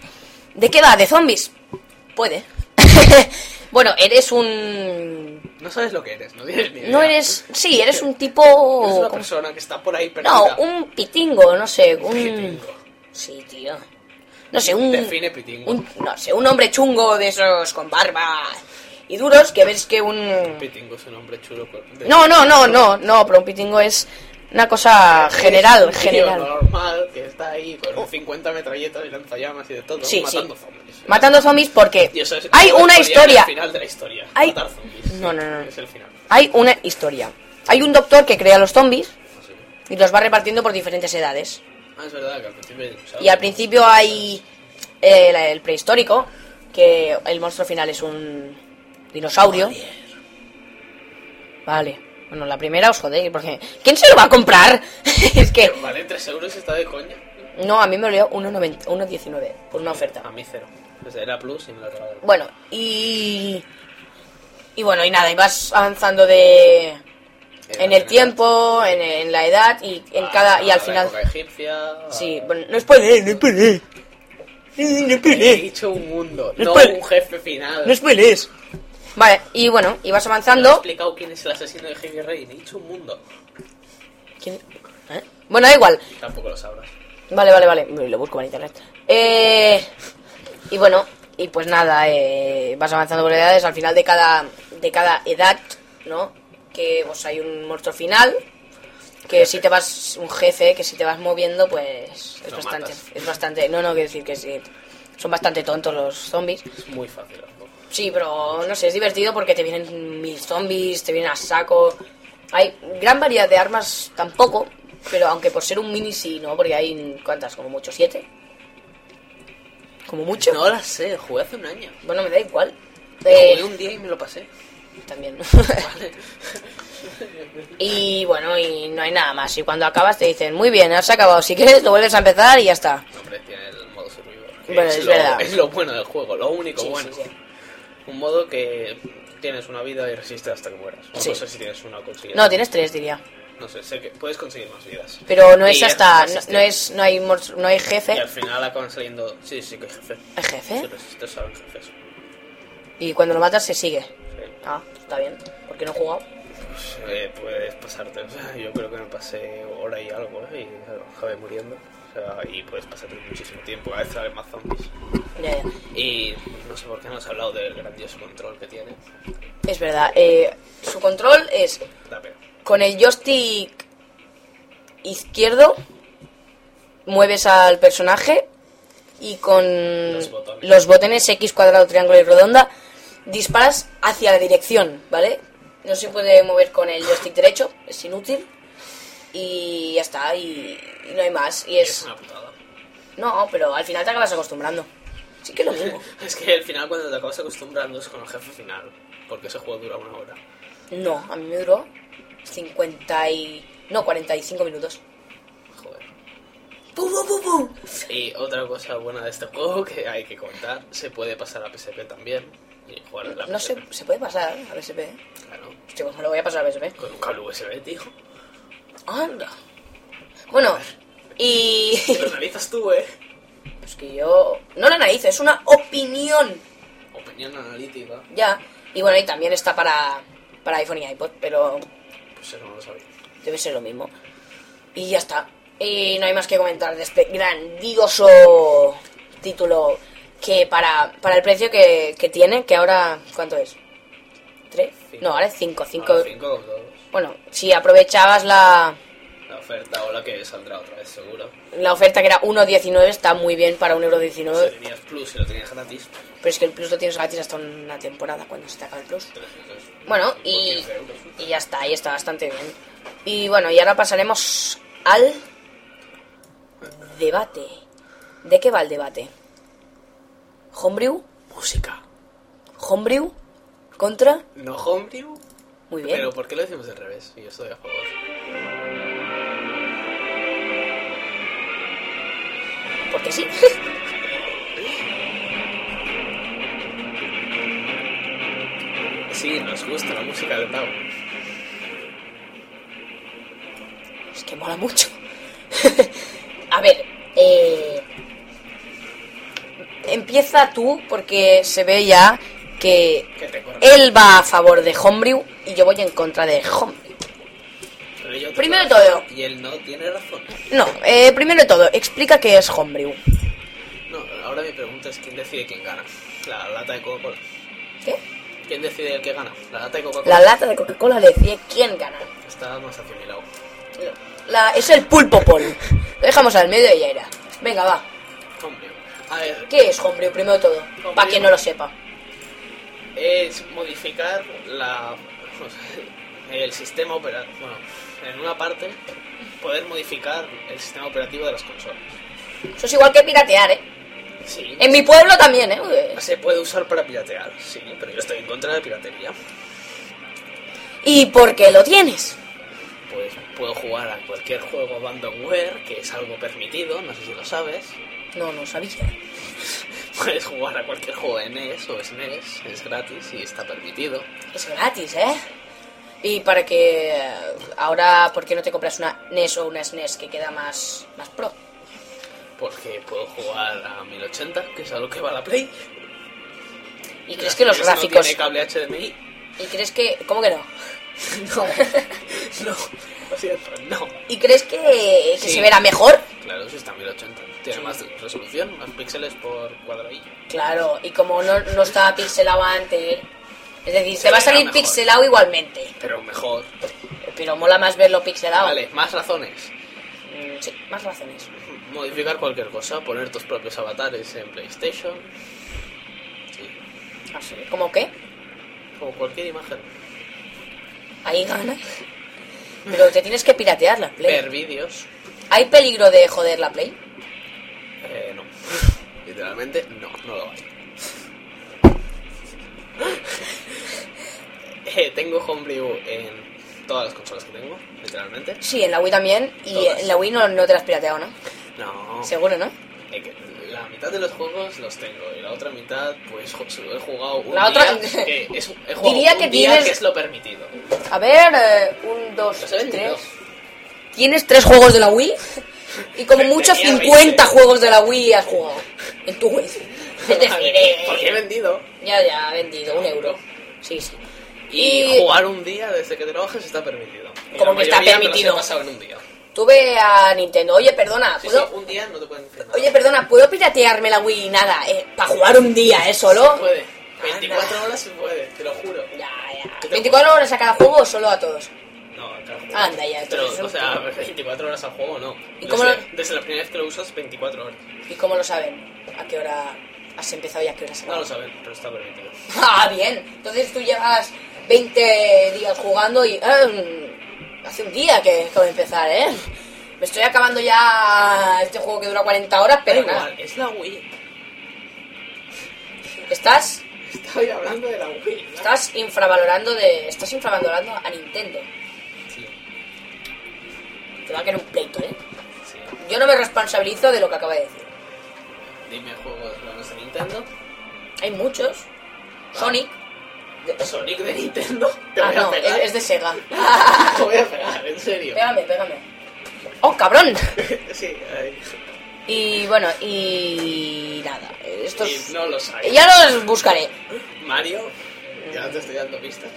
Speaker 1: ¿De qué va? ¿De zombies? Puede. bueno, eres un...
Speaker 2: No sabes lo que eres, no tienes ni idea.
Speaker 1: No eres... Sí, eres un tipo...
Speaker 2: Es una
Speaker 1: ¿cómo se-
Speaker 2: persona que está por ahí perdida.
Speaker 1: No, un pitingo, no sé, un... Mm.
Speaker 2: Pitingo.
Speaker 1: Sí, tío. No sé, un...
Speaker 2: Define pitingo.
Speaker 1: un- no sé, un hombre chungo de esos con barba y duros que ves que un...
Speaker 2: Pitingo es un hombre chulo. con- de-
Speaker 1: No, no, no, no, no, pero un pitingo es una cosa general,
Speaker 2: Es un tío
Speaker 1: general. Oh.
Speaker 2: normal que está ahí con 50 metralletas y lanzallamas y de todo,
Speaker 1: Sí,
Speaker 2: matando
Speaker 1: sí.
Speaker 2: zombies.
Speaker 1: Matando zombies porque
Speaker 2: Y eso es-
Speaker 1: hay una
Speaker 2: es
Speaker 1: historia.
Speaker 2: El final de la historia.
Speaker 1: Hay-
Speaker 2: Matar zombies.
Speaker 1: No, no, no.
Speaker 2: Es el final.
Speaker 1: Hay una historia. Hay un doctor que crea los zombies
Speaker 2: Así que-
Speaker 1: y los va repartiendo por diferentes edades.
Speaker 2: Ah, es verdad que al principio. ¿sabes?
Speaker 1: Y al principio hay el, el prehistórico, que el monstruo final es un dinosaurio. Vale. Bueno, la primera os jodéis, porque... ¿Quién se lo va a comprar? es que...
Speaker 2: Pero Vale, 3 euros está de coña.
Speaker 1: No, a mí me olió 1,90 1,19 por Pues una oferta.
Speaker 2: A mí cero. Pues era plus y me lo regalaron.
Speaker 1: Bueno, y... Y bueno, y nada, y vas avanzando de... En el tiempo, en, en la edad y en cada... Y
Speaker 2: A
Speaker 1: al
Speaker 2: Ah, la
Speaker 1: final...
Speaker 2: época egipcia. a-
Speaker 1: Sí, bueno, no spoiler, no spoiler. No
Speaker 2: He
Speaker 1: spoiler,
Speaker 2: dicho un mundo,
Speaker 1: No
Speaker 2: no
Speaker 1: spoil-
Speaker 2: un jefe final.
Speaker 1: no spoilees. Vale, y bueno, y vas
Speaker 2: No he
Speaker 1: avanzando.
Speaker 2: explicado quién es el asesino de Heavy Rain. He dicho un mundo.
Speaker 1: ¿Quién? ¿Eh? Bueno, da igual.
Speaker 2: Tampoco lo sabrás.
Speaker 1: Vale, vale, vale. Lo busco en internet. Eh, y bueno, y pues nada, eh, vas avanzando por edades. Al final de cada, de cada edad, ¿no? Que pues hay un monstruo final. Que si te vas, un jefe, que si te vas moviendo, pues es
Speaker 2: Lo
Speaker 1: bastante,
Speaker 2: matas.
Speaker 1: es bastante, no, no, quiero decir que sí, son bastante tontos los zombies.
Speaker 2: Es muy fácil. ¿no?
Speaker 1: Sí, pero no sé, es divertido porque te vienen mil zombies, te vienen a saco. Hay gran variedad de armas tampoco, pero aunque por ser un mini sí, ¿no? Porque hay, ¿cuántas? Como mucho, siete. Como mucho.
Speaker 2: No la sé, jugué hace un año.
Speaker 1: Bueno, me da igual.
Speaker 2: Lo
Speaker 1: Eh,
Speaker 2: Jugué un día y me lo pasé.
Speaker 1: También.
Speaker 2: Vale.
Speaker 1: y bueno, y no hay nada más. Y cuando acabas te dicen, muy bien, has acabado. Si quieres, lo vuelves a empezar y ya está.
Speaker 2: Hombre, tiene el modo survival.
Speaker 1: Bueno, es
Speaker 2: lo,
Speaker 1: verdad.
Speaker 2: es lo bueno del juego, lo único
Speaker 1: Sí,
Speaker 2: bueno.
Speaker 1: sí, sí.
Speaker 2: Un modo que tienes una vida y resistes hasta que mueras. O
Speaker 1: Sí.
Speaker 2: No sé si tienes una o consigues.
Speaker 1: No, tienes tres, diría.
Speaker 2: No sé, sé que puedes conseguir más vidas.
Speaker 1: Pero no es
Speaker 2: Y
Speaker 1: hasta. No,
Speaker 2: resistes.
Speaker 1: no es, no, hay, monstru- no hay
Speaker 2: Y
Speaker 1: jefe.
Speaker 2: al final acaban saliendo. Sí, sí, que hay jefe.
Speaker 1: ¿Hay
Speaker 2: Si
Speaker 1: jefe?
Speaker 2: resistes, salen jefes. Sí.
Speaker 1: Y cuando lo matas se sigue. Ah, está bien. Porque no he jugado.
Speaker 2: Pues, eh, puedes pasarte. O sea, yo creo que me pasé hora y algo, ¿eh? Y claro, acabé muriendo. O sea, y puedes pasarte muchísimo tiempo. A veces salen más zombies.
Speaker 1: Ya, ya.
Speaker 2: Y no sé por qué no has hablado del grandioso control que tiene.
Speaker 1: Es verdad. eh, su control es
Speaker 2: Da pena.
Speaker 1: con el joystick izquierdo mueves al personaje y con
Speaker 2: Los botones.
Speaker 1: los botones X cuadrado, triángulo y redonda disparas hacia la dirección, ¿vale? No se puede mover con el joystick derecho, es inútil. Y ya está, y, y no hay más. Y
Speaker 2: Es
Speaker 1: es...
Speaker 2: una putada.
Speaker 1: No, pero al final te acabas acostumbrando. Sí que es lo mismo.
Speaker 2: Es que al final cuando te acabas acostumbrando es con el jefe final, porque ese juego dura una hora.
Speaker 1: No, a mí me duró 50 y... No, 45 minutos.
Speaker 2: Joder.
Speaker 1: ¡Pum, pum, pum, pum!
Speaker 2: Y otra cosa buena de este juego que hay que contar, se puede pasar a PSP también. Y jugar en la
Speaker 1: No sé,
Speaker 2: PSP.
Speaker 1: se puede pasar a BSP.
Speaker 2: Claro.
Speaker 1: Hostia, pues me lo voy a pasar a BSP.
Speaker 2: Con un cable USB, tío.
Speaker 1: Anda. Bueno, y...
Speaker 2: Te lo analizas tú, eh.
Speaker 1: Pues que yo... No la analizo, es una opinión.
Speaker 2: Opinión analítica.
Speaker 1: Ya. Y bueno, y también está para, para iPhone y iPod, pero
Speaker 2: Pues eso no lo sabía.
Speaker 1: debe ser lo mismo. Y ya está. Y no hay más que comentar de este grandioso título que para, para el precio que, que tiene, que ahora... ¿Cuánto es? ¿Tres?
Speaker 2: Cinco.
Speaker 1: No, ahora es cinco. Cinco...
Speaker 2: Ahora cinco o dos.
Speaker 1: Bueno, si aprovechabas la,
Speaker 2: La oferta o la que saldrá otra vez, seguro.
Speaker 1: la oferta que era 1.19, está muy bien para 1,19€.
Speaker 2: Si tenías Plus y lo tenías gratis,
Speaker 1: Pero es que el Plus lo tienes gratis hasta una temporada cuando se te acaba el Plus.
Speaker 2: 300.
Speaker 1: Bueno,
Speaker 2: por
Speaker 1: y,
Speaker 2: 15 euros.
Speaker 1: y ya está, y está bastante bien. Y bueno, y ahora pasaremos al debate. ¿De qué va el debate? ¿Homebrew?
Speaker 2: Música.
Speaker 1: ¿Homebrew? ¿Contra?
Speaker 2: No homebrew.
Speaker 1: Muy bien.
Speaker 2: Pero ¿por qué lo decimos al revés? Yo estoy a favor.
Speaker 1: Porque sí.
Speaker 2: Sí, nos gusta la música de Tao.
Speaker 1: es que mola mucho. A ver, eh, empieza tú porque se ve ya que
Speaker 2: Que te corre.
Speaker 1: él va a favor de Homebrew y yo voy en contra de Homebrew.
Speaker 2: Pero yo te
Speaker 1: Primero
Speaker 2: corro.
Speaker 1: todo.
Speaker 2: Y él no tiene razón.
Speaker 1: No, eh, primero de todo, explica qué es Homebrew.
Speaker 2: No, ahora mi pregunta es quién decide quién gana. La lata de Coca-Cola.
Speaker 1: ¿Qué?
Speaker 2: ¿Quién decide el que gana? La lata de
Speaker 1: La
Speaker 2: Coca-Cola.
Speaker 1: lata de Coca-Cola decide quién gana.
Speaker 2: Está más asimilado.
Speaker 1: La- es el pulpo pol. Lo dejamos al medio y ya era. Venga, va.
Speaker 2: Hombre. A ver,
Speaker 1: ¿Qué es Homebrew primero de todo? Para quien no lo sepa.
Speaker 2: es modificar la o sea, el sistema operativo bueno en una parte poder modificar el sistema operativo de las consolas
Speaker 1: Eso es igual que piratear, ¿eh?
Speaker 2: sí
Speaker 1: En mi pueblo también, ¿eh?
Speaker 2: se puede usar para piratear sí pero yo estoy en contra de piratería
Speaker 1: ¿Y por qué lo tienes?
Speaker 2: pues puedo jugar a cualquier juego abandonware que es algo permitido no sé si lo sabes
Speaker 1: No, no sabía.
Speaker 2: puedes jugar a cualquier juego de NES o SNES es gratis y está permitido
Speaker 1: Es gratis, ¿eh? Y para que eh, ahora, ¿por qué no te compras una NES o una SNES que queda más, más pro?
Speaker 2: porque puedo jugar a 1080 que es a lo que va la play
Speaker 1: ¿Y crees que los
Speaker 2: Eso no
Speaker 1: gráficos...
Speaker 2: tiene cable HDMI
Speaker 1: ¿Y crees que... ¿Cómo que no?
Speaker 2: No, lo siento, no.
Speaker 1: ¿Y crees que, que
Speaker 2: Sí.
Speaker 1: se verá mejor?
Speaker 2: Claro, si está a 1080. Tiene más resolución, más píxeles por cuadradillo.
Speaker 1: Claro, y como no, no estaba pixelado antes... Es decir,
Speaker 2: Se
Speaker 1: te va a
Speaker 2: verá
Speaker 1: salir
Speaker 2: mejor.
Speaker 1: pixelado igualmente.
Speaker 2: Pero mejor.
Speaker 1: Pero mola más verlo pixelado.
Speaker 2: Vale, más razones.
Speaker 1: Mm, sí, más razones.
Speaker 2: Modificar cualquier cosa, poner tus propios avatares en PlayStation. Sí,
Speaker 1: Así, ¿Cómo qué?
Speaker 2: como cualquier imagen.
Speaker 1: Ahí gana. Pero te tienes que piratear la Play.
Speaker 2: Ver vídeos.
Speaker 1: ¿Hay peligro de joder la Play?
Speaker 2: Eh, no. Literalmente, no, no lo hay. Eh, tengo Homebrew en todas las consolas que tengo, literalmente.
Speaker 1: Sí, en la Wii también. Y
Speaker 2: Todas.
Speaker 1: en la Wii no, no te la has pirateado, ¿no?
Speaker 2: No.
Speaker 1: Seguro, ¿no?
Speaker 2: Eh, que La mitad de los juegos los tengo y la otra mitad, pues jo- se lo he jugado un
Speaker 1: La otra-
Speaker 2: día que es, he jugado
Speaker 1: Diría
Speaker 2: un
Speaker 1: que
Speaker 2: día
Speaker 1: tienes-
Speaker 2: que es lo permitido.
Speaker 1: A ver, eh, un, dos,
Speaker 2: Los he vendido.
Speaker 1: tres. Tienes tres juegos de la Wii y como mucho
Speaker 2: Tenía
Speaker 1: 50
Speaker 2: 20.
Speaker 1: juegos de la Wii has jugado en tu Wii. Es decir, eh,
Speaker 2: Porque he vendido.
Speaker 1: ya, ya, vendido, un euro. Sí, sí.
Speaker 2: Y,
Speaker 1: Y-
Speaker 2: jugar un día desde que trabajes está permitido. Y
Speaker 1: ¿Cómo
Speaker 2: la
Speaker 1: que está
Speaker 2: mayoría me los
Speaker 1: permitido?
Speaker 2: he pasado en un día.
Speaker 1: Tuve a Nintendo, oye, perdona,
Speaker 2: Sí, sí,
Speaker 1: ¿puedo,
Speaker 2: un día no te pueden decir nada.
Speaker 1: oye, perdona, ¿puedo piratearme la Wii? Nada, eh, para jugar un día, ¿eh? Solo.
Speaker 2: Se puede. 24 horas se puede, te lo juro.
Speaker 1: Ya, ya. ¿24 horas a cada juego o solo a todos?
Speaker 2: No, acá juego.
Speaker 1: Anda ya, esto
Speaker 2: Pero,
Speaker 1: es un
Speaker 2: o sea,
Speaker 1: truco.
Speaker 2: 24 horas al juego no.
Speaker 1: ¿Y cómo lo-
Speaker 2: Desde- desde la primera vez que lo usas, 24 horas.
Speaker 1: ¿Y cómo lo saben? ¿A qué hora has empezado y a qué hora has
Speaker 2: No
Speaker 1: acabado?
Speaker 2: lo saben, pero está permitido.
Speaker 1: Ah, bien. Entonces tú llevas 20 días jugando y... eh, hace un día que acabo de empezar, ¿eh? Me estoy acabando ya este juego que dura 40 horas, pero
Speaker 2: Da
Speaker 1: nada.
Speaker 2: igual, es la Wii.
Speaker 1: Estás,
Speaker 2: Estoy hablando de la Wii. ¿no?
Speaker 1: estás infravalorando de... Estás infravalorando a Nintendo.
Speaker 2: Sí,
Speaker 1: Te va a quedar un pleito, ¿eh?
Speaker 2: sí.
Speaker 1: Yo no me responsabilizo de lo que acaba de decir.
Speaker 2: Dime juegos buenos de Nintendo.
Speaker 1: Hay muchos. Sonic.
Speaker 2: Sonic de Nintendo. Ah, Te
Speaker 1: ah,
Speaker 2: voy a
Speaker 1: no, es,
Speaker 2: pegar.
Speaker 1: es de Sega.
Speaker 2: Te voy a pegar, en serio.
Speaker 1: pégame, pégame. ¡Oh, cabrón!
Speaker 2: sí, ay.
Speaker 1: Y bueno, y... Nada. Estos...
Speaker 2: Y no los hay.
Speaker 1: Ya los buscaré.
Speaker 2: Mario, ya te estoy dando pistas.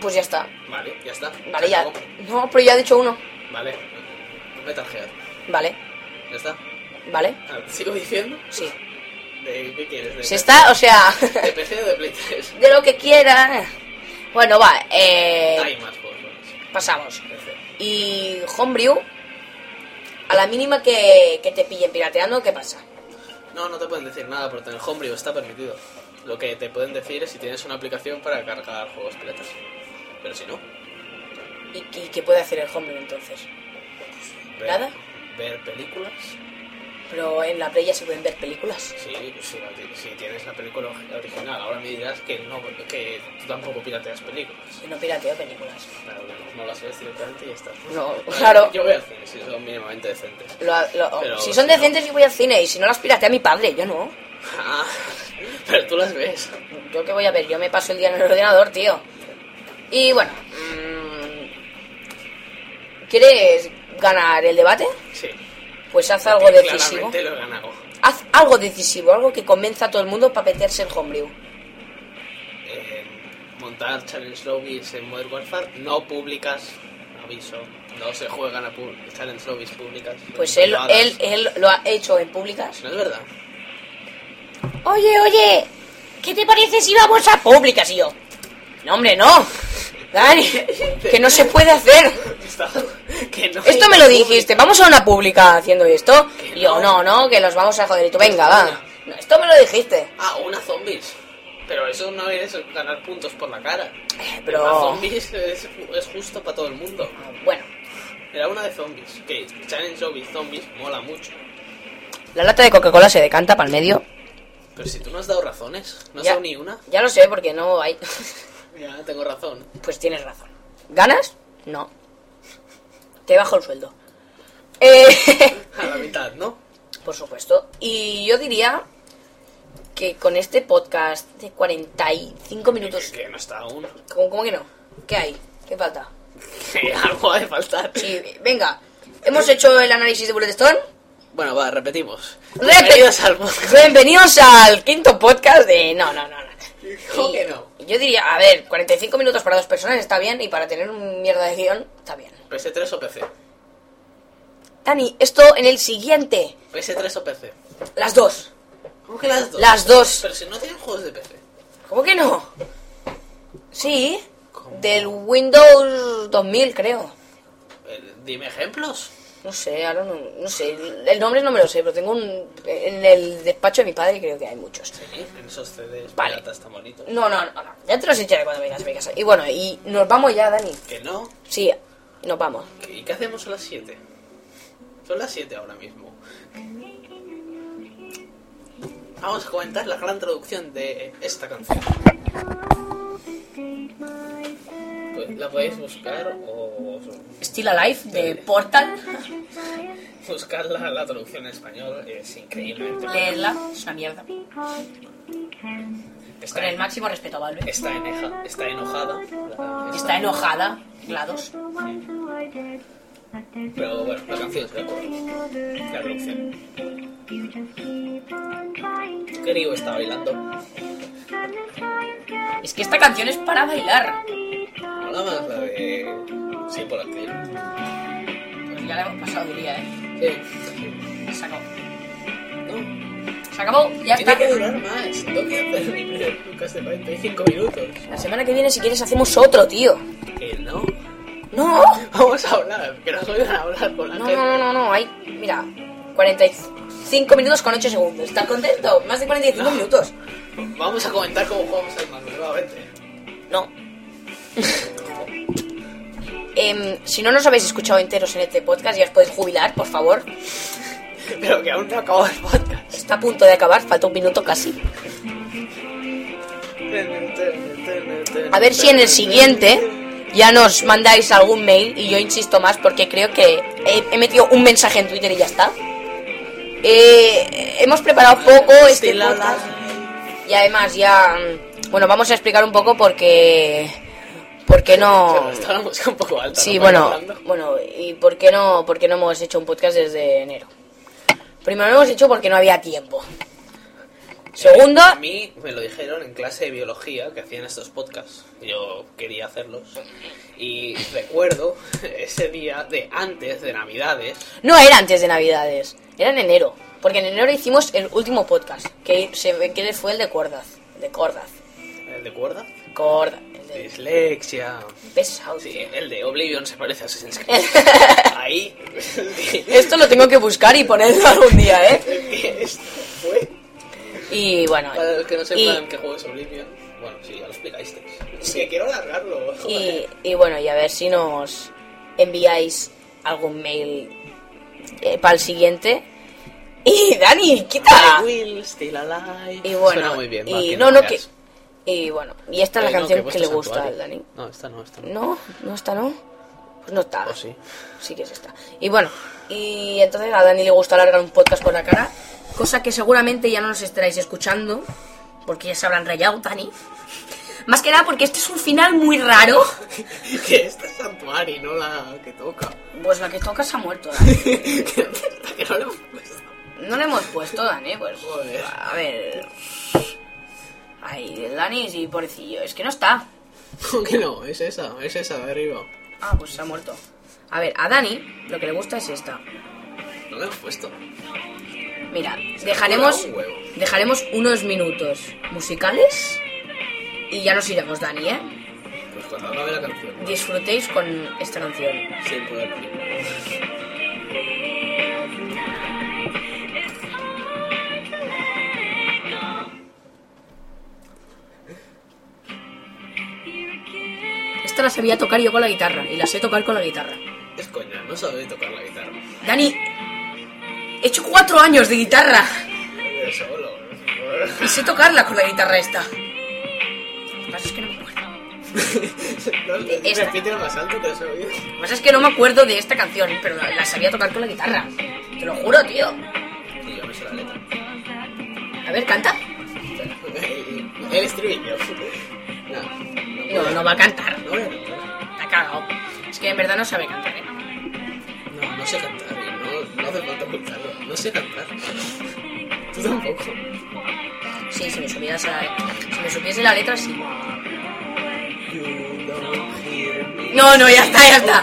Speaker 1: Pues ya está.
Speaker 2: Vale, ya está.
Speaker 1: Vale,
Speaker 2: Se
Speaker 1: ya.
Speaker 2: acabó.
Speaker 1: No, pero ya he dicho uno.
Speaker 2: Vale. Metal Gear.
Speaker 1: Vale,
Speaker 2: Ya está.
Speaker 1: vale,
Speaker 2: Ah, ¿Sigo diciendo?
Speaker 1: sí.
Speaker 2: ¿De qué quieres? ¿De,
Speaker 1: Si está, o sea,
Speaker 2: ¿De PC o de Play 3?
Speaker 1: de lo que quiera. Bueno, va, eh,
Speaker 2: Hay más juegos buenos.
Speaker 1: pasamos.
Speaker 2: PC.
Speaker 1: Y Homebrew, a la mínima que, que te pillen pirateando, ¿qué pasa?
Speaker 2: No, no te pueden decir nada por tener Homebrew, está permitido. Lo que te pueden decir es si tienes una aplicación para cargar juegos piratas. Pero si no,
Speaker 1: ¿Y, y qué puede hacer el Homebrew entonces?
Speaker 2: ver,
Speaker 1: ¿Nada?
Speaker 2: ver películas.
Speaker 1: Pero en la Play ya se pueden ver películas.
Speaker 2: Sí, si, la ti- si tienes la película original, ahora me dirás que no, que tú tampoco pirateas películas.
Speaker 1: Yo no pirateo películas.
Speaker 2: Claro, no, no las ves directamente y ya está.
Speaker 1: No,
Speaker 2: Vale,
Speaker 1: claro.
Speaker 2: Yo voy al cine si son mínimamente decentes.
Speaker 1: Lo- lo-
Speaker 2: Pero
Speaker 1: si son
Speaker 2: si no-
Speaker 1: decentes, yo voy al cine. Y si no las piratea mi padre, yo no.
Speaker 2: Ah, pero tú las ves.
Speaker 1: Yo qué voy a ver, yo me paso el día en el ordenador, tío. Y bueno, mm, ¿quieres ganar el debate?
Speaker 2: Sí.
Speaker 1: Pues haz algo decisivo.
Speaker 2: Claramente lo he ganado.
Speaker 1: Haz algo decisivo, algo que convenza a todo el mundo para meterse en homebrew.
Speaker 2: eh, montar challenge lobbies en Modern Warfare, no públicas, aviso, no se juegan a pub- challenge lobbies públicas.
Speaker 1: Pues
Speaker 2: son
Speaker 1: él,
Speaker 2: privadas.
Speaker 1: él, él lo ha hecho en públicas.
Speaker 2: Si no es verdad.
Speaker 1: Oye, oye, ¿qué te parece si vamos a públicas? Y yo, no, hombre, no. Dani, que no se puede hacer.
Speaker 2: Está- que no
Speaker 1: Esto me lo dijiste, vamos a una pública haciendo esto.
Speaker 2: Que
Speaker 1: Y yo, no,
Speaker 2: no.
Speaker 1: no, que los vamos a joder. Y tú, venga, va. No, esto me lo dijiste.
Speaker 2: Ah, una zombies. Pero eso no es ganar puntos por la cara. Una
Speaker 1: Pero.
Speaker 2: zombies es, es justo para todo el mundo.
Speaker 1: Bueno,
Speaker 2: Era una de zombies. Que challenge lobbies zombies mola mucho.
Speaker 1: la lata de Coca-Cola se decanta para el medio.
Speaker 2: Pero si tú no has dado razones, no has
Speaker 1: Ya.
Speaker 2: dado ni una.
Speaker 1: Ya lo sé, porque no hay.
Speaker 2: Ya tengo razón.
Speaker 1: Pues tienes razón. ¿Ganas? No. Te bajo el sueldo. Eh,
Speaker 2: A la mitad, ¿no?
Speaker 1: por supuesto. Y yo diría que con este podcast de 45 minutos.
Speaker 2: Que no está aún.
Speaker 1: ¿Cómo, cómo que no? ¿Qué hay? ¿Qué falta?
Speaker 2: Que algo ha de faltar.
Speaker 1: Sí, venga. Hemos hecho el análisis de Bulletstorm.
Speaker 2: Bueno, va, repetimos.
Speaker 1: Repet-
Speaker 2: Bienvenidos al podcast.
Speaker 1: Bienvenidos al quinto podcast de... No, no, no, no.
Speaker 2: ¿Cómo
Speaker 1: Y
Speaker 2: que no?
Speaker 1: Yo diría, a ver, 45 minutos para dos personas está bien y para tener un mierda de guión está bien.
Speaker 2: ¿PS3 o PC?
Speaker 1: Dani, esto en el siguiente.
Speaker 2: ¿PS3 o PC?
Speaker 1: Las dos.
Speaker 2: ¿Cómo que las dos?
Speaker 1: Las dos.
Speaker 2: Pero si no tienen juegos de PC.
Speaker 1: ¿Cómo que no? Sí.
Speaker 2: ¿Cómo?
Speaker 1: Del Windows 2000, creo.
Speaker 2: Eh, dime ejemplos.
Speaker 1: No sé, ahora no, no sé. El nombre no me lo sé, pero tengo un... En el despacho de mi padre creo que hay muchos.
Speaker 2: Sí, en esos CDs
Speaker 1: Vale.
Speaker 2: piratas tan bonitos.
Speaker 1: No, no, no, no. Ya te los echaré cuando vengas a mi casa. Y bueno, y nos vamos ya, Dani.
Speaker 2: Que no.
Speaker 1: Sí, nos vamos.
Speaker 2: ¿Qué- ¿Y qué hacemos a las 7? Son las 7 ahora mismo. Vamos a comentar la gran traducción de esta canción. Pues, La podéis buscar o
Speaker 1: Still Alive de Portal.
Speaker 2: buscar la, la traducción en español. Es increíblemente buena.
Speaker 1: Leerla, es una mierda. Con
Speaker 2: Está
Speaker 1: el
Speaker 2: en,
Speaker 1: máximo respeto a Valve.
Speaker 2: está, eneja- está enojada.
Speaker 1: Está enojada, GLaDOS.
Speaker 2: Pero bueno, la canción se la acuerdo. La traducción. Querido está bailando.
Speaker 1: Es que esta canción es para bailar.
Speaker 2: Mola más la de. Sí, por aquí.
Speaker 1: Pues ya la hemos pasado, diría, ¿eh?
Speaker 2: Sí.
Speaker 1: Se acabó.
Speaker 2: No.
Speaker 1: Se acabó, ya
Speaker 2: Tiene
Speaker 1: está.
Speaker 2: que durar más. Tengo que hacer mi primer podcast de 45 minutos.
Speaker 1: La semana que viene, si quieres, hacemos otro, tío.
Speaker 2: Que no.
Speaker 1: No.
Speaker 2: Vamos a hablar, que nos oigan hablar con la
Speaker 1: No,
Speaker 2: gente.
Speaker 1: no, no, no, no, hay, mira, 45 minutos con 8 segundos. ¿Estás contento? Más de 45
Speaker 2: No.
Speaker 1: minutos.
Speaker 2: Vamos a comentar cómo jugamos al Manuel, va, vete.
Speaker 1: No. Em, si no nos habéis escuchado enteros en este podcast, ya os podéis jubilar, por favor.
Speaker 2: Pero que aún no acabó el podcast.
Speaker 1: Está a punto de acabar, falta un minuto casi. A ver si en el siguiente ya nos mandáis algún mail y yo insisto más porque creo que he, he metido un mensaje en Twitter y ya está. Eh, hemos preparado poco este
Speaker 2: Still alive.
Speaker 1: podcast y además ya mm, bueno vamos a explicar un poco porque porque no
Speaker 2: Pero está la música un poco alta.
Speaker 1: Oh. sí
Speaker 2: ¿no?
Speaker 1: bueno
Speaker 2: Hablando.
Speaker 1: bueno y por qué no por qué no hemos hecho un podcast desde enero primero lo hemos hecho porque no había tiempo segundo
Speaker 2: A mí me lo dijeron en clase de biología que hacían estos podcasts. Yo quería hacerlos. Y recuerdo ese día de antes de Navidades.
Speaker 1: No era antes de Navidades, era en enero. Porque en enero hicimos el último podcast, que se ve que fue el de Cordaz. El de Cordaz.
Speaker 2: ¿El de cuerda?
Speaker 1: Cordaz. El de
Speaker 2: Dislexia.
Speaker 1: pesado.
Speaker 2: Sí, el de Oblivion se parece a Assassin's Creed. Ahí.
Speaker 1: Esto lo tengo que buscar y ponerlo algún día, ¿eh?
Speaker 2: Esto fue.
Speaker 1: Y bueno.
Speaker 2: Para los que no
Speaker 1: y-
Speaker 2: sepan qué juego es Oblivion. Bueno, sí, ya lo explicaste. Sí, que quiero alargarlo. joder.
Speaker 1: Y, y bueno, y a ver si nos enviáis algún mail para el siguiente. Y Dani, quita.
Speaker 2: I will still alive.
Speaker 1: Y bueno.
Speaker 2: Suena muy bien. va,
Speaker 1: y
Speaker 2: que
Speaker 1: no, no, que.
Speaker 2: veas.
Speaker 1: Y bueno, y esta es la
Speaker 2: Eh, no,
Speaker 1: canción
Speaker 2: he
Speaker 1: que le
Speaker 2: puesto
Speaker 1: gusta al
Speaker 2: Santuario.
Speaker 1: Dani.
Speaker 2: No, esta no, esta no.
Speaker 1: No, no está, ¿no? Pues no está.
Speaker 2: O Oh, sí.
Speaker 1: Sí que es esta. Y bueno, y entonces a Dani le gusta alargar un podcast por la cara, cosa que seguramente ya no nos estaréis escuchando, porque ya se habrán rayado, Dani. Más que nada porque este es un final muy raro.
Speaker 2: Que esta es Santuari, no la que toca.
Speaker 1: Pues la que toca se ha muerto, Dani.
Speaker 2: que no le hemos puesto.
Speaker 1: No le hemos puesto, Dani, pues...
Speaker 2: Joder.
Speaker 1: A ver... Ay, el Dani, sí, pobrecillo. Es que no está.
Speaker 2: ¿Cómo que no? Es esa, es esa de arriba.
Speaker 1: Ah, pues se ha muerto. A ver, a Dani lo que le gusta es esta.
Speaker 2: No le hemos puesto.
Speaker 1: Mira, dejaremos,
Speaker 2: un huevo.
Speaker 1: dejaremos unos minutos musicales y ya nos iremos, Dani, ¿eh?
Speaker 2: Pues cuando acabe la canción.
Speaker 1: Disfrutéis con esta canción.
Speaker 2: Sí, por aquí.
Speaker 1: Esta la sabía tocar yo con la guitarra y la sé tocar con la guitarra.
Speaker 2: Es coña, no sabe tocar la guitarra.
Speaker 1: Dani, he hecho cuatro años de guitarra
Speaker 2: Yo solo. ¿eh?
Speaker 1: y sé tocarla con la guitarra esta. Lo que pasa es que no me acuerdo.
Speaker 2: No,
Speaker 1: Esta.
Speaker 2: Repítelo más alto, te has
Speaker 1: Lo
Speaker 2: oído.
Speaker 1: que pasa es que no me acuerdo de esta canción, pero la, la sabía tocar con la guitarra. Te lo juro, tío.
Speaker 2: Y yo me sé la letra.
Speaker 1: A ver, canta.
Speaker 2: El el estribillo. No,
Speaker 1: No, no va a cantar.
Speaker 2: No, voy a cantar.
Speaker 1: Está cagado. Es que en verdad no sabe cantar, ¿eh?
Speaker 2: no, no sé cantar. No, no hace falta ocultarlo. No sé cantar. Tú tampoco.
Speaker 1: Sí, si me supieras la, si me supiese la letra, sí.
Speaker 2: You don't hear me.
Speaker 1: No, no, ya está, ya está.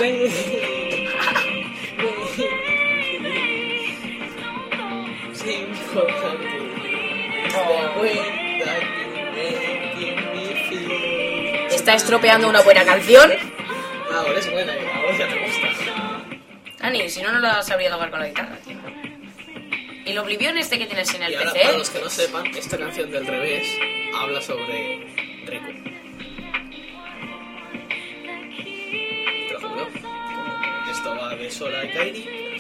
Speaker 1: Está estropeando una buena canción.
Speaker 2: Ah, Ahora es buena, ahora ya te gusta.
Speaker 1: Dani, si no, no la sabría tocar con la guitarra. tío. Y el Oblivion este que tienes en
Speaker 2: Y
Speaker 1: el
Speaker 2: ahora, para
Speaker 1: PC,
Speaker 2: los que no sepan, esta canción del revés habla sobre Reku. Te lo juro. Esto va de Sora y Kairi.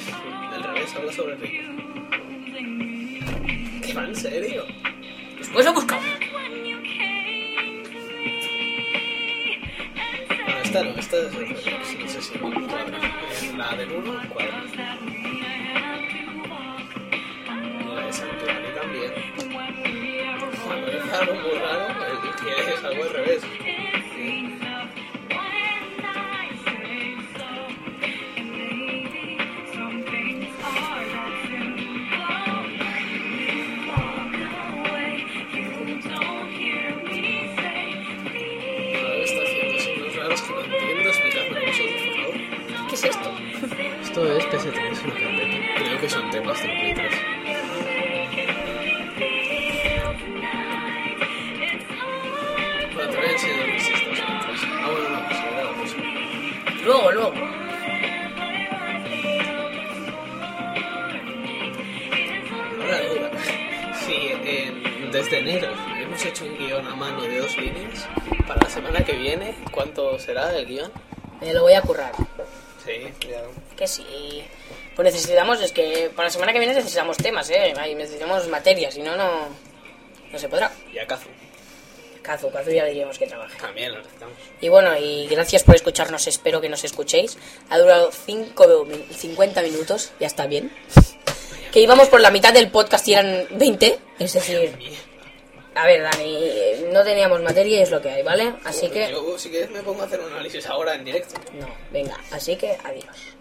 Speaker 2: Del revés habla sobre Reku. ¿Qué va en serio?
Speaker 1: después pues lo buscamos.
Speaker 2: Bueno, esta no, esta es del revés. No sé si cuadra. Eh, La del 1 cuadra. Y la de Santuari también. Cuando es algo muy raro, eh, que es algo al revés. Está haciendo signos raros que no entiendo. Explicadme vosotros, por favor.
Speaker 1: ¿Qué es esto?
Speaker 2: Esto es PS3, una carpeta. Creo que son temas de Play 3. Bueno, te voy a enseñar mis listas. Ah, bueno, no, pues ahora la música.
Speaker 1: Luego, luego.
Speaker 2: Ahora duda. Sí, en- desde enero hemos hecho un guión a mano de dos líneas. Para la semana que viene, ¿cuánto será el guión?
Speaker 1: Me lo voy a currar.
Speaker 2: Sí, ya.
Speaker 1: Que sí. Pues necesitamos, es que para la semana que viene necesitamos temas, ¿eh? Y necesitamos materias, si no, no, no se podrá.
Speaker 2: Y a Kazu.
Speaker 1: Cazu, Cazu ya le diremos que trabaje.
Speaker 2: También lo necesitamos.
Speaker 1: Y bueno, y gracias por escucharnos, espero que nos escuchéis. Ha durado 5, 50 minutos, ya está bien. Que íbamos por la mitad del podcast y eran 20, es decir, a ver, Dani, eh, no teníamos materia y es lo que hay, ¿vale? Así que...
Speaker 2: Yo, si quieres, me pongo a hacer un análisis ahora en directo.
Speaker 1: No, venga, así que adiós.
Speaker 2: Ah.